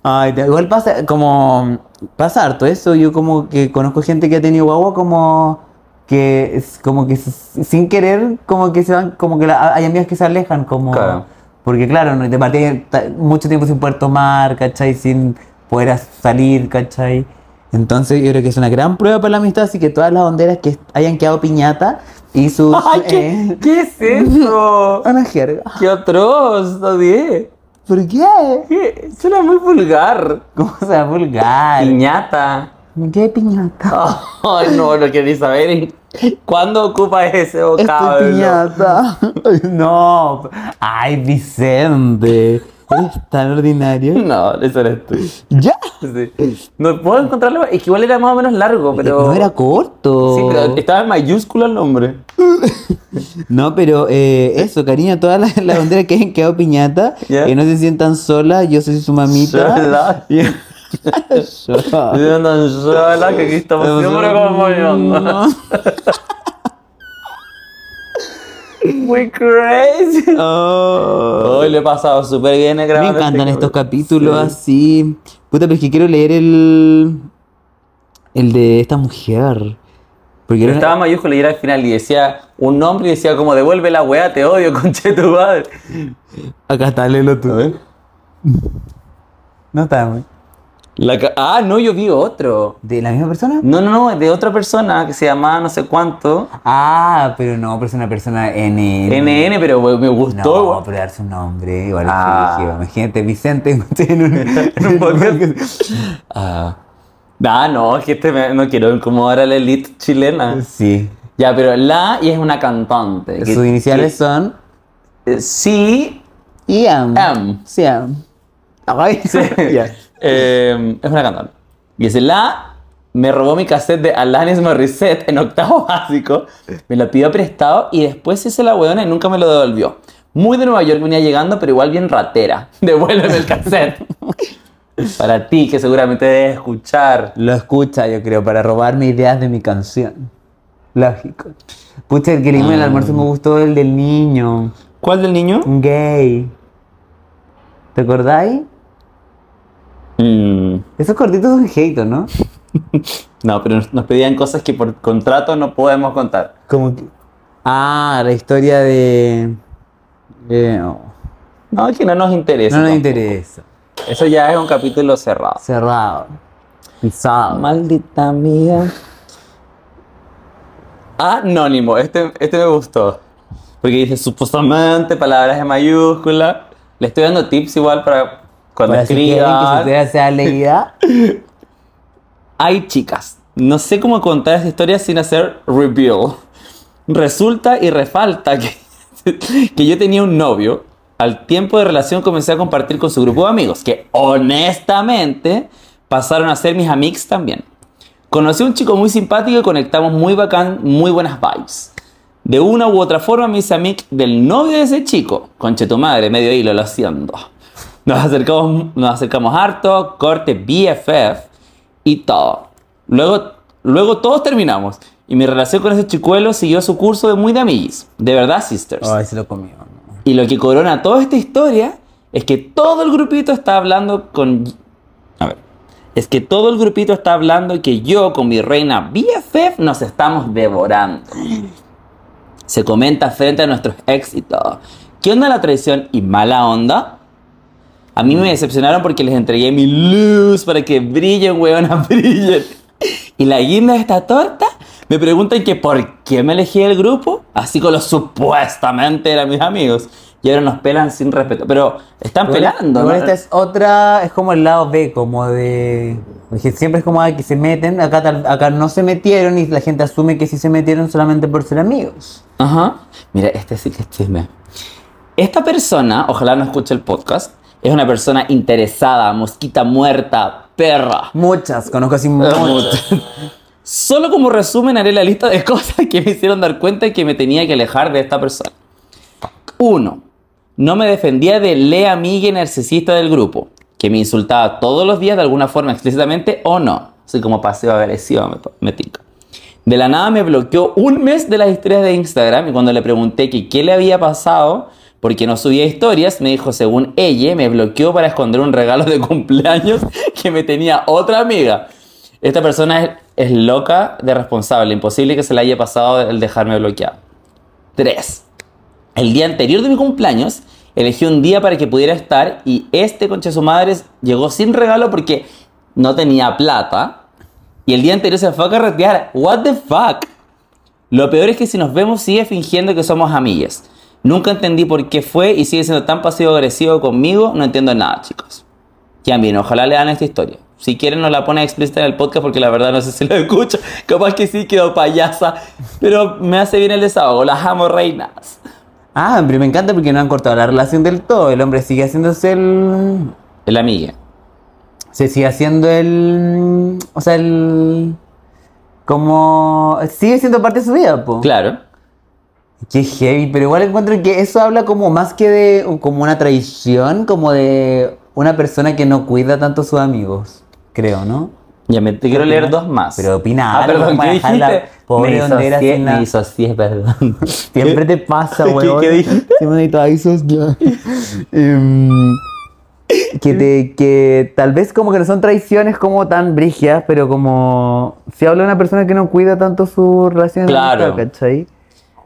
Speaker 2: Ay, te- igual pasa como pasa harto eso. Yo como que conozco gente que ha tenido guagua como que es como que s- sin querer como que se van como que la- hay amigas que se alejan como
Speaker 1: Claro.
Speaker 2: porque claro, no te partí ta- mucho tiempo sin poder tomar, ¿cachai? Sin poder as- salir, ¿cachai? Entonces yo creo que es una gran prueba para la amistad, así que todas las banderas que hayan quedado piñata y sus
Speaker 1: ¡Ay,
Speaker 2: eh,
Speaker 1: qué, qué es eso!
Speaker 2: una jerga.
Speaker 1: ¡Qué atroz! ¡Odié!
Speaker 2: ¿Por qué?
Speaker 1: ¿Qué? Suena muy vulgar.
Speaker 2: ¿Cómo se va a vulgar?
Speaker 1: Piñata.
Speaker 2: ¿Qué piñata?
Speaker 1: Ay, no, no quería saber. ¿Cuándo ocupa ese vocablo?
Speaker 2: Estoy piñata. no. Ay, Vicente. Eres tan ordinario.
Speaker 1: No, eso eres tú.
Speaker 2: Ya.
Speaker 1: Sí. No puedo encontrarlo. Es que igual era más o menos largo, pero.
Speaker 2: No era corto.
Speaker 1: Sí, pero eh. estaba en mayúscula el nombre.
Speaker 2: No, pero eh, eso, cariño, todas las las banderas que hayan quedado piñata,
Speaker 1: Ya.
Speaker 2: que no se sientan solas, yo soy su mamita.
Speaker 1: Sola.
Speaker 2: Yo.
Speaker 1: Yo ando sola, que aquí estamos siempre como yo.
Speaker 2: Mm.
Speaker 1: Muy crazy. Hoy le he pasado súper bien
Speaker 2: Me
Speaker 1: grabando.
Speaker 2: encantan
Speaker 1: este
Speaker 2: estos
Speaker 1: capítulo.
Speaker 2: capítulos así. Puta, pero es que quiero leer el. El de esta mujer. Porque era una-
Speaker 1: Estaba mayúscula y era al final y decía un nombre y decía como devuelve la weá, te odio, conche tu madre.
Speaker 2: Acá está, léelo tú. No está, güey.
Speaker 1: La ca- ah, no, yo vi otro.
Speaker 2: ¿De la misma persona?
Speaker 1: No, no, no, es de otra persona que se llamaba no sé cuánto.
Speaker 2: Ah, pero no, pero es una persona N.
Speaker 1: NN, pero we- me
Speaker 2: No,
Speaker 1: gustó. we-
Speaker 2: pero darse un nombre. Igual es
Speaker 1: Ah.
Speaker 2: brígido. Imagínate, Vicente en un, en
Speaker 1: un
Speaker 2: un
Speaker 1: podcast.
Speaker 2: podcast.
Speaker 1: Ah. Ah, no, es que este me- no quiero incomodar a la elite chilena.
Speaker 2: Sí.
Speaker 1: Ya, pero la y es una cantante. que-
Speaker 2: Sus iniciales son
Speaker 1: que- eh, sí,
Speaker 2: Ian.
Speaker 1: Am.
Speaker 2: Sí, Am. Ay,
Speaker 1: sí.
Speaker 2: ya.
Speaker 1: Eh, es una cantante. Y dice, la me robó mi cassette de Alanis Morissette en octavo básico, me la pidió prestado y después hice la hueona y nunca me lo devolvió. Muy de Nueva York venía llegando, pero igual bien ratera. Devuélveme el cassette. Para ti, que seguramente debes escuchar.
Speaker 2: Lo escucha, yo creo, para robarme ideas de mi canción. Lógico. Pucha, el que leímos en
Speaker 1: Mm.
Speaker 2: el almuerzo me gustó el del niño.
Speaker 1: ¿Cuál del niño?
Speaker 2: Gay. ¿Te acordáis?
Speaker 1: Mm,
Speaker 2: Esos cortitos son hate, ¿no?
Speaker 1: no, pero nos- nos pedían cosas que por contrato no podemos contar.
Speaker 2: Como que... Ah, la historia de... eh, no.
Speaker 1: No, que no nos interesa.
Speaker 2: no nos
Speaker 1: tampoco.
Speaker 2: interesa.
Speaker 1: Eso ya es un capítulo cerrado.
Speaker 2: Cerrado. Pisado.
Speaker 1: Maldita amiga. Anónimo, este, este me gustó. Porque dice supuestamente, palabras en mayúscula. Le estoy dando tips igual para cuando
Speaker 2: Para si quieren que su
Speaker 1: escriban.
Speaker 2: historia sea leída.
Speaker 1: Ay, chicas, no sé cómo contar esta historia sin hacer reveal. Resulta y refalta que, que yo tenía un novio. Al tiempo de relación comencé a compartir con su grupo de amigos, que honestamente pasaron a ser mis amigos también. Conocí a un chico muy simpático y conectamos muy bacán, muy buenas vibes. De una u otra forma, mis amigos del novio de ese chico, conche tu madre, medio hilo, lo siento. Nos acercamos, nos acercamos harto, corte BFF y todo. Luego, luego todos terminamos. Y mi relación con ese chicuelo siguió su curso de muy de amiguis. De verdad, sisters.
Speaker 2: Ay, se lo comió. ¿no?
Speaker 1: Y lo que corona toda esta historia es que todo el grupito está hablando con. A ver. Es que todo el grupito está hablando que yo con mi reina BFF nos estamos devorando. Se comenta frente a nuestros éxitos. ¿Qué onda la traición y mala onda? A mí me decepcionaron porque les entregué mi luz para que brillen, huevonas, brillen. Y la guinda de esta torta me preguntan que por qué me elegí el grupo, así con los supuestamente eran mis amigos. Y ahora nos pelan sin respeto. Pero están pelando, ¿no?
Speaker 2: Igual esta es otra, es como el lado B, como de. porque Siempre es como ah, que se meten, acá, tal- acá no se metieron y la gente asume que sí se metieron solamente por ser amigos.
Speaker 1: Ajá. Mira, este sí que es chisme. Esta persona, ojalá no escuche el podcast, es una persona interesada, mosquita muerta, perra.
Speaker 2: Muchas, conozco así Ah, muchas.
Speaker 1: Solo como resumen haré la lista de cosas que me hicieron dar cuenta y que me tenía que alejar de esta persona. 1. No me defendía de Lea Migue narcisista del grupo, que me insultaba todos los días de alguna forma explícitamente o no. Soy como pasivo agresivo, me, me tinca. De la nada me bloqueó un mes de las historias de Instagram y cuando le pregunté que qué le había pasado, porque no subía historias, me dijo, según ella, me bloqueó para esconder un regalo de cumpleaños que me tenía otra amiga. Esta persona es, es loca de responsable, imposible que se le haya pasado el dejarme bloqueado. 3. El día anterior de mi cumpleaños, elegí un día para que pudiera estar y este concha de su madre llegó sin regalo porque no tenía plata. Y el día anterior se fue a carretear. What the fuck? Lo peor es que si nos vemos sigue fingiendo que somos amigas. Nunca entendí por qué fue y sigue siendo tan pasivo agresivo conmigo. No entiendo nada, chicos. Ya bien, ojalá le dan esta historia. Si quieren nos la pone explícita en el podcast porque la verdad no sé si lo escucha. Capaz que sí quedó payasa. Pero me hace bien el desahogo. Las amo, reinas.
Speaker 2: Ah, pero me encanta porque no han cortado la relación del todo. El hombre sigue haciéndose el.
Speaker 1: El amiga.
Speaker 2: Se sigue haciendo el. O sea, el. Como. Sigue siendo parte de su vida, po.
Speaker 1: Claro.
Speaker 2: Qué heavy, pero igual encuentro que eso habla como más que de como una traición, como de una persona que no cuida tanto a sus amigos, creo, ¿no?
Speaker 1: Ya me te quiero leer dos más.
Speaker 2: Pero opina
Speaker 1: Ah,
Speaker 2: algo,
Speaker 1: perdón,
Speaker 2: como
Speaker 1: ¿qué
Speaker 2: dejar la
Speaker 1: dijiste?
Speaker 2: pobre
Speaker 1: me
Speaker 2: bandera
Speaker 1: disocié,
Speaker 2: sin la-
Speaker 1: me disocié, perdón.
Speaker 2: Siempre te pasa,
Speaker 1: ¿Qué-
Speaker 2: weón.
Speaker 1: qué dijiste?
Speaker 2: Siempre necesito avisos, ya. Em, que, te, que tal vez como que no son traiciones como tan brigias, pero como si habla una persona que no cuida tanto su relación de
Speaker 1: Claro.
Speaker 2: amistad, ¿cachai?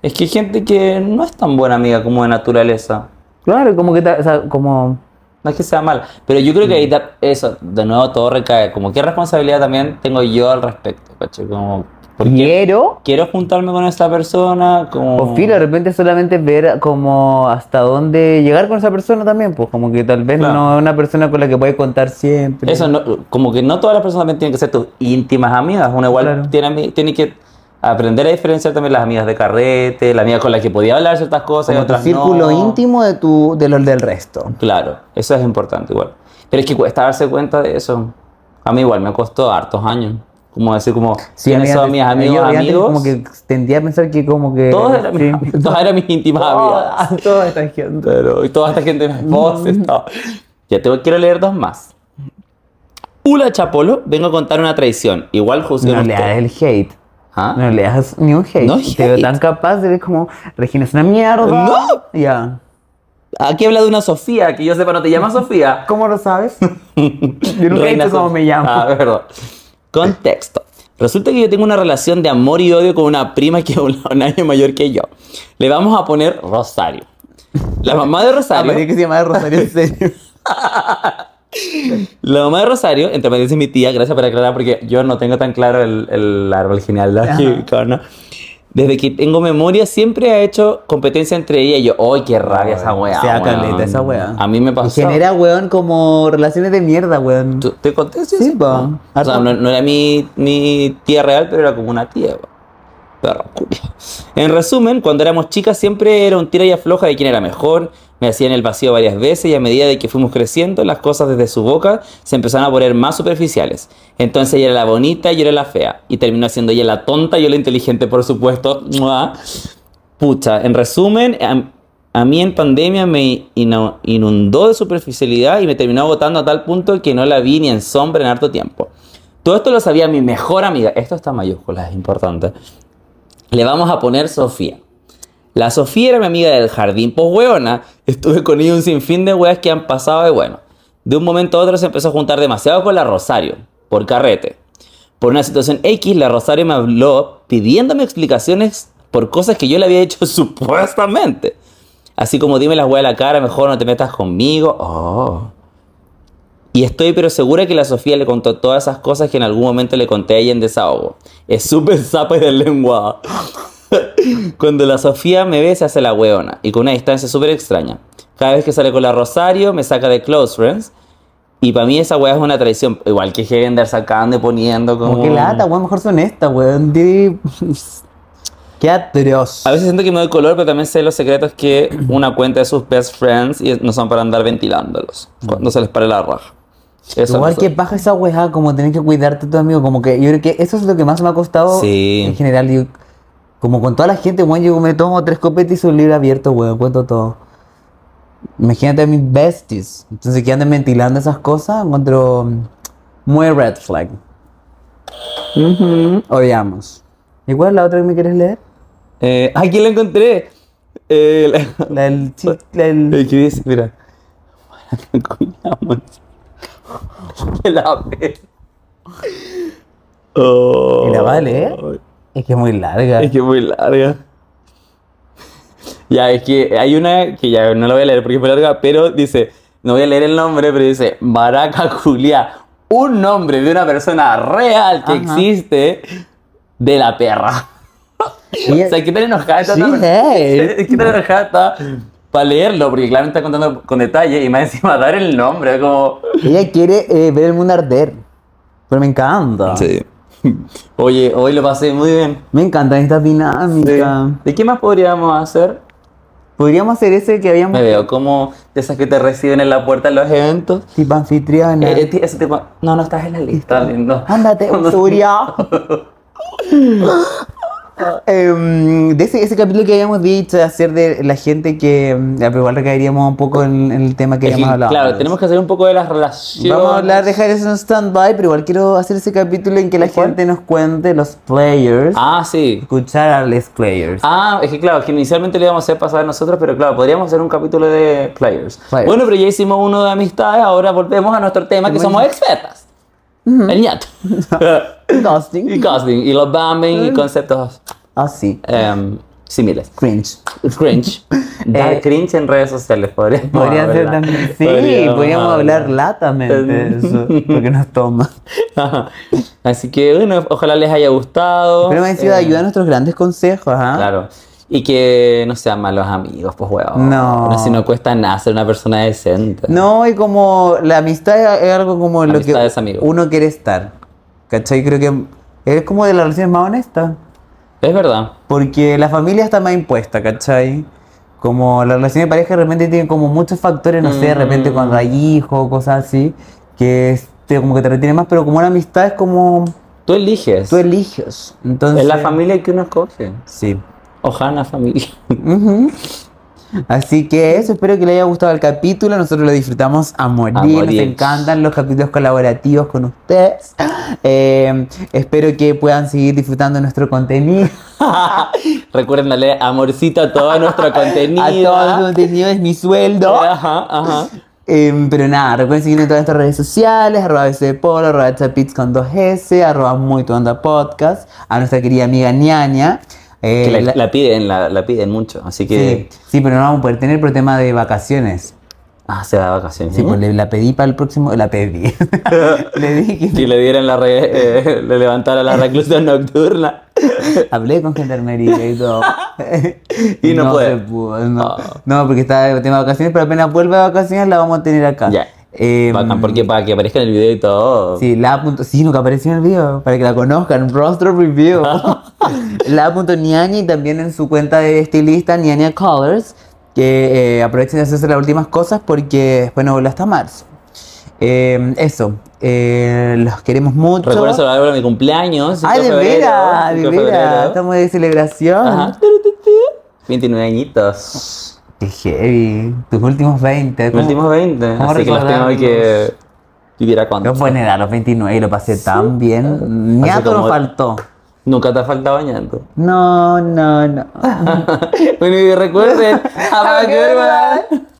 Speaker 1: Es que hay gente que no es tan buena amiga como de naturaleza.
Speaker 2: Claro, como que, ta- o sea, como...
Speaker 1: No es que sea mal, pero yo creo que
Speaker 2: Mm.
Speaker 1: ahí da- eso, de nuevo todo recae, como qué responsabilidad también tengo yo al respecto, ¿cachai? Como, ¿por qué
Speaker 2: Quiero...
Speaker 1: quiero juntarme con esta persona? Como...
Speaker 2: O filo, de repente solamente ver como hasta dónde llegar con esa persona también, pues como que tal vez
Speaker 1: Claro.
Speaker 2: no es una persona con la que puedes contar siempre.
Speaker 1: Eso, no, como que no todas las personas también tienen que ser tus íntimas amigas. Uno igual
Speaker 2: Claro.
Speaker 1: tiene, ami- tiene que aprender a diferenciar también las amigas de carrete, la amiga con la que podía hablar ciertas cosas y
Speaker 2: como tu
Speaker 1: otras
Speaker 2: círculo
Speaker 1: no.
Speaker 2: íntimo de tu de los del resto.
Speaker 1: Claro, eso es importante igual. Pero es que cuesta darse cuenta de eso. A mí igual me costó hartos años. Como decir, como, ¿quiénes
Speaker 2: a
Speaker 1: son
Speaker 2: mí
Speaker 1: mis
Speaker 2: antes-
Speaker 1: amigos,
Speaker 2: yo antes
Speaker 1: amigos?
Speaker 2: como que tendía a pensar que como que
Speaker 1: Todos eran,
Speaker 2: sí.
Speaker 1: mis, todas eran mis íntimas
Speaker 2: Oh,
Speaker 1: amigas.
Speaker 2: Todas- todas están gente.
Speaker 1: Pero, y toda esta gente en voces, todo. Ya te quiero leer dos más. Ula Chapolo, vengo a contar una traición. Igual juzguen
Speaker 2: No le das
Speaker 1: ustedes.
Speaker 2: el hate.
Speaker 1: ¿Ah?
Speaker 2: No le das ni un hate.
Speaker 1: No
Speaker 2: Te veo
Speaker 1: hate.
Speaker 2: tan capaz de como Regina es una mierda.
Speaker 1: No.
Speaker 2: Ya.
Speaker 1: Aquí habla de una Sofía, que yo sepa, no te llama Sofía.
Speaker 2: ¿Cómo lo sabes? Yo nunca he
Speaker 1: Reina
Speaker 2: dicho cómo
Speaker 1: Sof-
Speaker 2: me llamo.
Speaker 1: Ah, perdón. Contexto. Resulta que yo tengo una relación de amor y odio con una prima que es un un año mayor que yo. Le vamos a poner Rosario. La mamá de
Speaker 2: Ah, pero es
Speaker 1: Rosario,
Speaker 2: que se llama Rosario en serio.
Speaker 1: la mamá de Rosario, entre paréntesis mi tía, gracias por aclarar porque yo no tengo tan claro el, el árbol genealógico, ¿no? Desde que tengo memoria siempre ha hecho competencia entre ella y yo. ¡Ay, qué rabia esa weá!
Speaker 2: Sea
Speaker 1: weón!
Speaker 2: caleta esa weá.
Speaker 1: A mí me
Speaker 2: Y
Speaker 1: pasó.
Speaker 2: genera, weón, como relaciones de mierda, weón.
Speaker 1: ¿Tú- ¿Te conté? Ah.
Speaker 2: Sí, po.
Speaker 1: O sea, no, no era mi, mi tía real, pero era como una tía. po. Perro culo. En resumen, cuando éramos chicas siempre era un tira y afloja de quién era mejor. Me hacían el vacío varias veces y a medida de que fuimos creciendo, las cosas desde su boca se empezaron a poner más superficiales. Entonces ella era la bonita y yo era la fea. Y terminó siendo ella la tonta y yo la inteligente, por supuesto. ¡Mua! Pucha, en resumen, a, a mí en pandemia me ino- inundó de superficialidad y me terminó agotando a tal punto que no la vi ni en sombra en harto tiempo. Todo esto lo sabía mi mejor amiga. Esto está en mayúsculas, es importante. Le vamos a poner Sofía. La Sofía era mi amiga del jardín, pues hueona. Estuve con ella un sinfín de weas que han pasado y bueno. De un momento a otro se empezó a juntar demasiado con la Rosario, por carrete. Por una situación X, la Rosario me habló pidiéndome explicaciones por cosas que yo le había hecho supuestamente. Así como dime las weas a la cara, mejor no te metas conmigo. Oh. Y estoy pero segura que la Sofía le contó todas esas cosas que en algún momento le conté a ella en desahogo. Es súper sapa y de lengua. Cuando la Sofía me ve se hace la weona y con una distancia súper extraña. Cada vez que sale con la Rosario me saca de close friends y para mí esa wea es una traición. Igual que Helen andar sacando y poniendo como...
Speaker 2: Como que lata, weón, mejor son estas, weón. Di- Qué atroz.
Speaker 1: A veces siento que me doy color, pero también sé los secretos que una cuenta de sus best friends y no son para andar ventilándolos cuando se les pare la raja. Eso
Speaker 2: Mm. Igual
Speaker 1: no
Speaker 2: que
Speaker 1: sé.
Speaker 2: baja esa weá, como tener que cuidarte tu amigo, como que yo creo que eso es lo que más me ha costado
Speaker 1: Sí.
Speaker 2: en general. yo- como con toda la gente, weón, yo me tomo tres copetes y un libro abierto, weón, cuento todo. Imagínate a mis besties. Entonces que anden ventilando esas cosas, encuentro mm, muy red flag. Odiamos. ¿Y cuál es la otra que me quieres leer?
Speaker 1: Eh, aquí la encontré. Eh, la-
Speaker 2: La del... chi- La del...
Speaker 1: Eh, ¿Qué dice? Mira. Nos cuñamos. Que la ve. Oh.
Speaker 2: ¿Y la ¿eh? va a leer? Es que es muy larga.
Speaker 1: Es que es muy larga. Ya, es que hay una que ya no la voy a leer porque es muy larga, pero dice, no voy a leer el nombre, pero dice, Baraca Julia, un nombre de una persona real que
Speaker 2: Ajá.
Speaker 1: existe de la perra.
Speaker 2: Ella-
Speaker 1: O sea, ¿qué tan enojada está?
Speaker 2: Sí,
Speaker 1: esta persona?
Speaker 2: hey.
Speaker 1: ¿Qué tan enojada está para leerlo? Porque claramente está contando con detalle y más encima dar el nombre, como...
Speaker 2: Ella quiere eh, ver el mundo arder. Pero me encanta.
Speaker 1: Oye, hoy lo pasé muy bien.
Speaker 2: Me encantan estas dinámicas.
Speaker 1: ¿De qué más podríamos hacer?
Speaker 2: Podríamos hacer ese que habíamos.
Speaker 1: Me veo como de esas que te reciben en la puerta de los eventos.
Speaker 2: Tipo anfitriona.
Speaker 1: Eh, eh, ti- ese tipo, no, no estás en la lista, lindo.
Speaker 2: Ándate, Usuria. Em, de ese, ese capítulo que habíamos dicho de hacer de la gente que. em, ya, pero igual recaeríamos un poco en, en el tema que
Speaker 1: Es que,
Speaker 2: habíamos hablado.
Speaker 1: claro, tenemos que hacer un poco de las relaciones.
Speaker 2: Vamos a hablar, dejar eso en stand-by, pero igual quiero hacer ese capítulo en que la
Speaker 1: ¿Cuál?
Speaker 2: gente nos cuente los players.
Speaker 1: Ah, sí.
Speaker 2: Escuchar a los players.
Speaker 1: Ah, es que claro, que inicialmente le íbamos a hacer pasar nosotros, pero claro, podríamos hacer un capítulo de players.
Speaker 2: Players.
Speaker 1: Bueno, pero ya hicimos uno de amistades, ahora volvemos a nuestro tema que somos expertas. El ñato. Ah.
Speaker 2: Ghosting.
Speaker 1: y casting, y los bumming, y conceptos
Speaker 2: Así.
Speaker 1: em, similares.
Speaker 2: Ah, Cringe.
Speaker 1: Cringe. Dar
Speaker 2: Eh,
Speaker 1: cringe en redes sociales, podríamos
Speaker 2: Podría ser
Speaker 1: hablar.
Speaker 2: también. Sí,
Speaker 1: Podríamos
Speaker 2: podríamos, hablar latamente de eso. Porque nos toma.
Speaker 1: Así que bueno, ojalá les haya gustado.
Speaker 2: Pero me ha sido
Speaker 1: Eh,
Speaker 2: ayuda a nuestros grandes consejos, ¿ah?
Speaker 1: Claro. Y que no sean malos amigos, pues huevón.
Speaker 2: No.
Speaker 1: Si no cuesta nada ser una persona decente.
Speaker 2: No, y como la amistad es algo como lo
Speaker 1: Amistad
Speaker 2: que
Speaker 1: es amigo.
Speaker 2: uno quiere estar. ¿Cachai? Creo que es como de las relaciones más honestas.
Speaker 1: Es verdad.
Speaker 2: Porque la familia está más impuesta, ¿cachai? Como la relación de pareja de repente tiene como muchos factores, no sé, de repente
Speaker 1: Mm.
Speaker 2: cuando hay hijos, cosas así, que este, como que te retiene más, pero como una amistad es como
Speaker 1: Tú eliges.
Speaker 2: tú eliges. Entonces,
Speaker 1: es la familia que uno escoge.
Speaker 2: Sí.
Speaker 1: Ojalá familia.
Speaker 2: Ujú. Así que eso, espero que les haya gustado el capítulo. Nosotros lo disfrutamos a morir.
Speaker 1: A morir.
Speaker 2: Nos encantan los capítulos colaborativos con ustedes. Eh, espero que puedan seguir disfrutando nuestro contenido.
Speaker 1: Recuerden darle amorcito a todo nuestro contenido.
Speaker 2: A todo el contenido es mi sueldo.
Speaker 1: Ajá, ajá.
Speaker 2: Em, pero nada, recuerden seguirnos en todas nuestras redes sociales, arroba BC de Polo, arroba Chapitz con 2S, arroba Muy Tu Onda Podcast, a nuestra querida amiga ñaña. Eh,
Speaker 1: Que la,
Speaker 2: la-
Speaker 1: la piden, la, la piden mucho. Así
Speaker 2: sí,
Speaker 1: que.
Speaker 2: sí, pero no vamos a poder tener por tema de vacaciones.
Speaker 1: Ah, se da vacaciones.
Speaker 2: Sí, pues le- la pedí para el próximo. La pedí. le dije
Speaker 1: Que le dieran la re- eh, le levantara la reclusión nocturna.
Speaker 2: que hablé con gendarmería y todo.
Speaker 1: Y no puede.
Speaker 2: se pudo, no.
Speaker 1: Ah.
Speaker 2: No, porque está de tema de vacaciones, pero apenas vuelva de vacaciones la vamos a tener acá.
Speaker 1: Ya.
Speaker 2: Em,
Speaker 1: Bacán, porque para que aparezca en el video y todo.
Speaker 2: Sí, la punto, sí, nunca apareció en el video, para que la conozcan, rostro review. la punto Niani también en su cuenta de estilista Niania Colors, que eh, aprovechen de hacerse las últimas cosas porque después no vuelve hasta marzo. Eh, eso, eh, los queremos mucho.
Speaker 1: Recuerden celebrar ahora mi cumpleaños. 5
Speaker 2: Ay, de
Speaker 1: febrero,
Speaker 2: veras, de
Speaker 1: 5
Speaker 2: veras,
Speaker 1: febrero.
Speaker 2: estamos de celebración.
Speaker 1: Ajá. 29 añitos.
Speaker 2: Qué heavy. Tus últimos 20.
Speaker 1: Los últimos 20.
Speaker 2: cómo
Speaker 1: Así que los tengo
Speaker 2: recordarlos?
Speaker 1: que vivir a cuánto.
Speaker 2: Yo buena edad, los 29, y lo pasé tan bien. Ñato
Speaker 1: como-
Speaker 2: no faltó.
Speaker 1: Nunca te ha faltado bañando.
Speaker 2: No, no, no.
Speaker 1: bueno, y recuerden, a
Speaker 2: Have a good
Speaker 1: mayor
Speaker 2: one.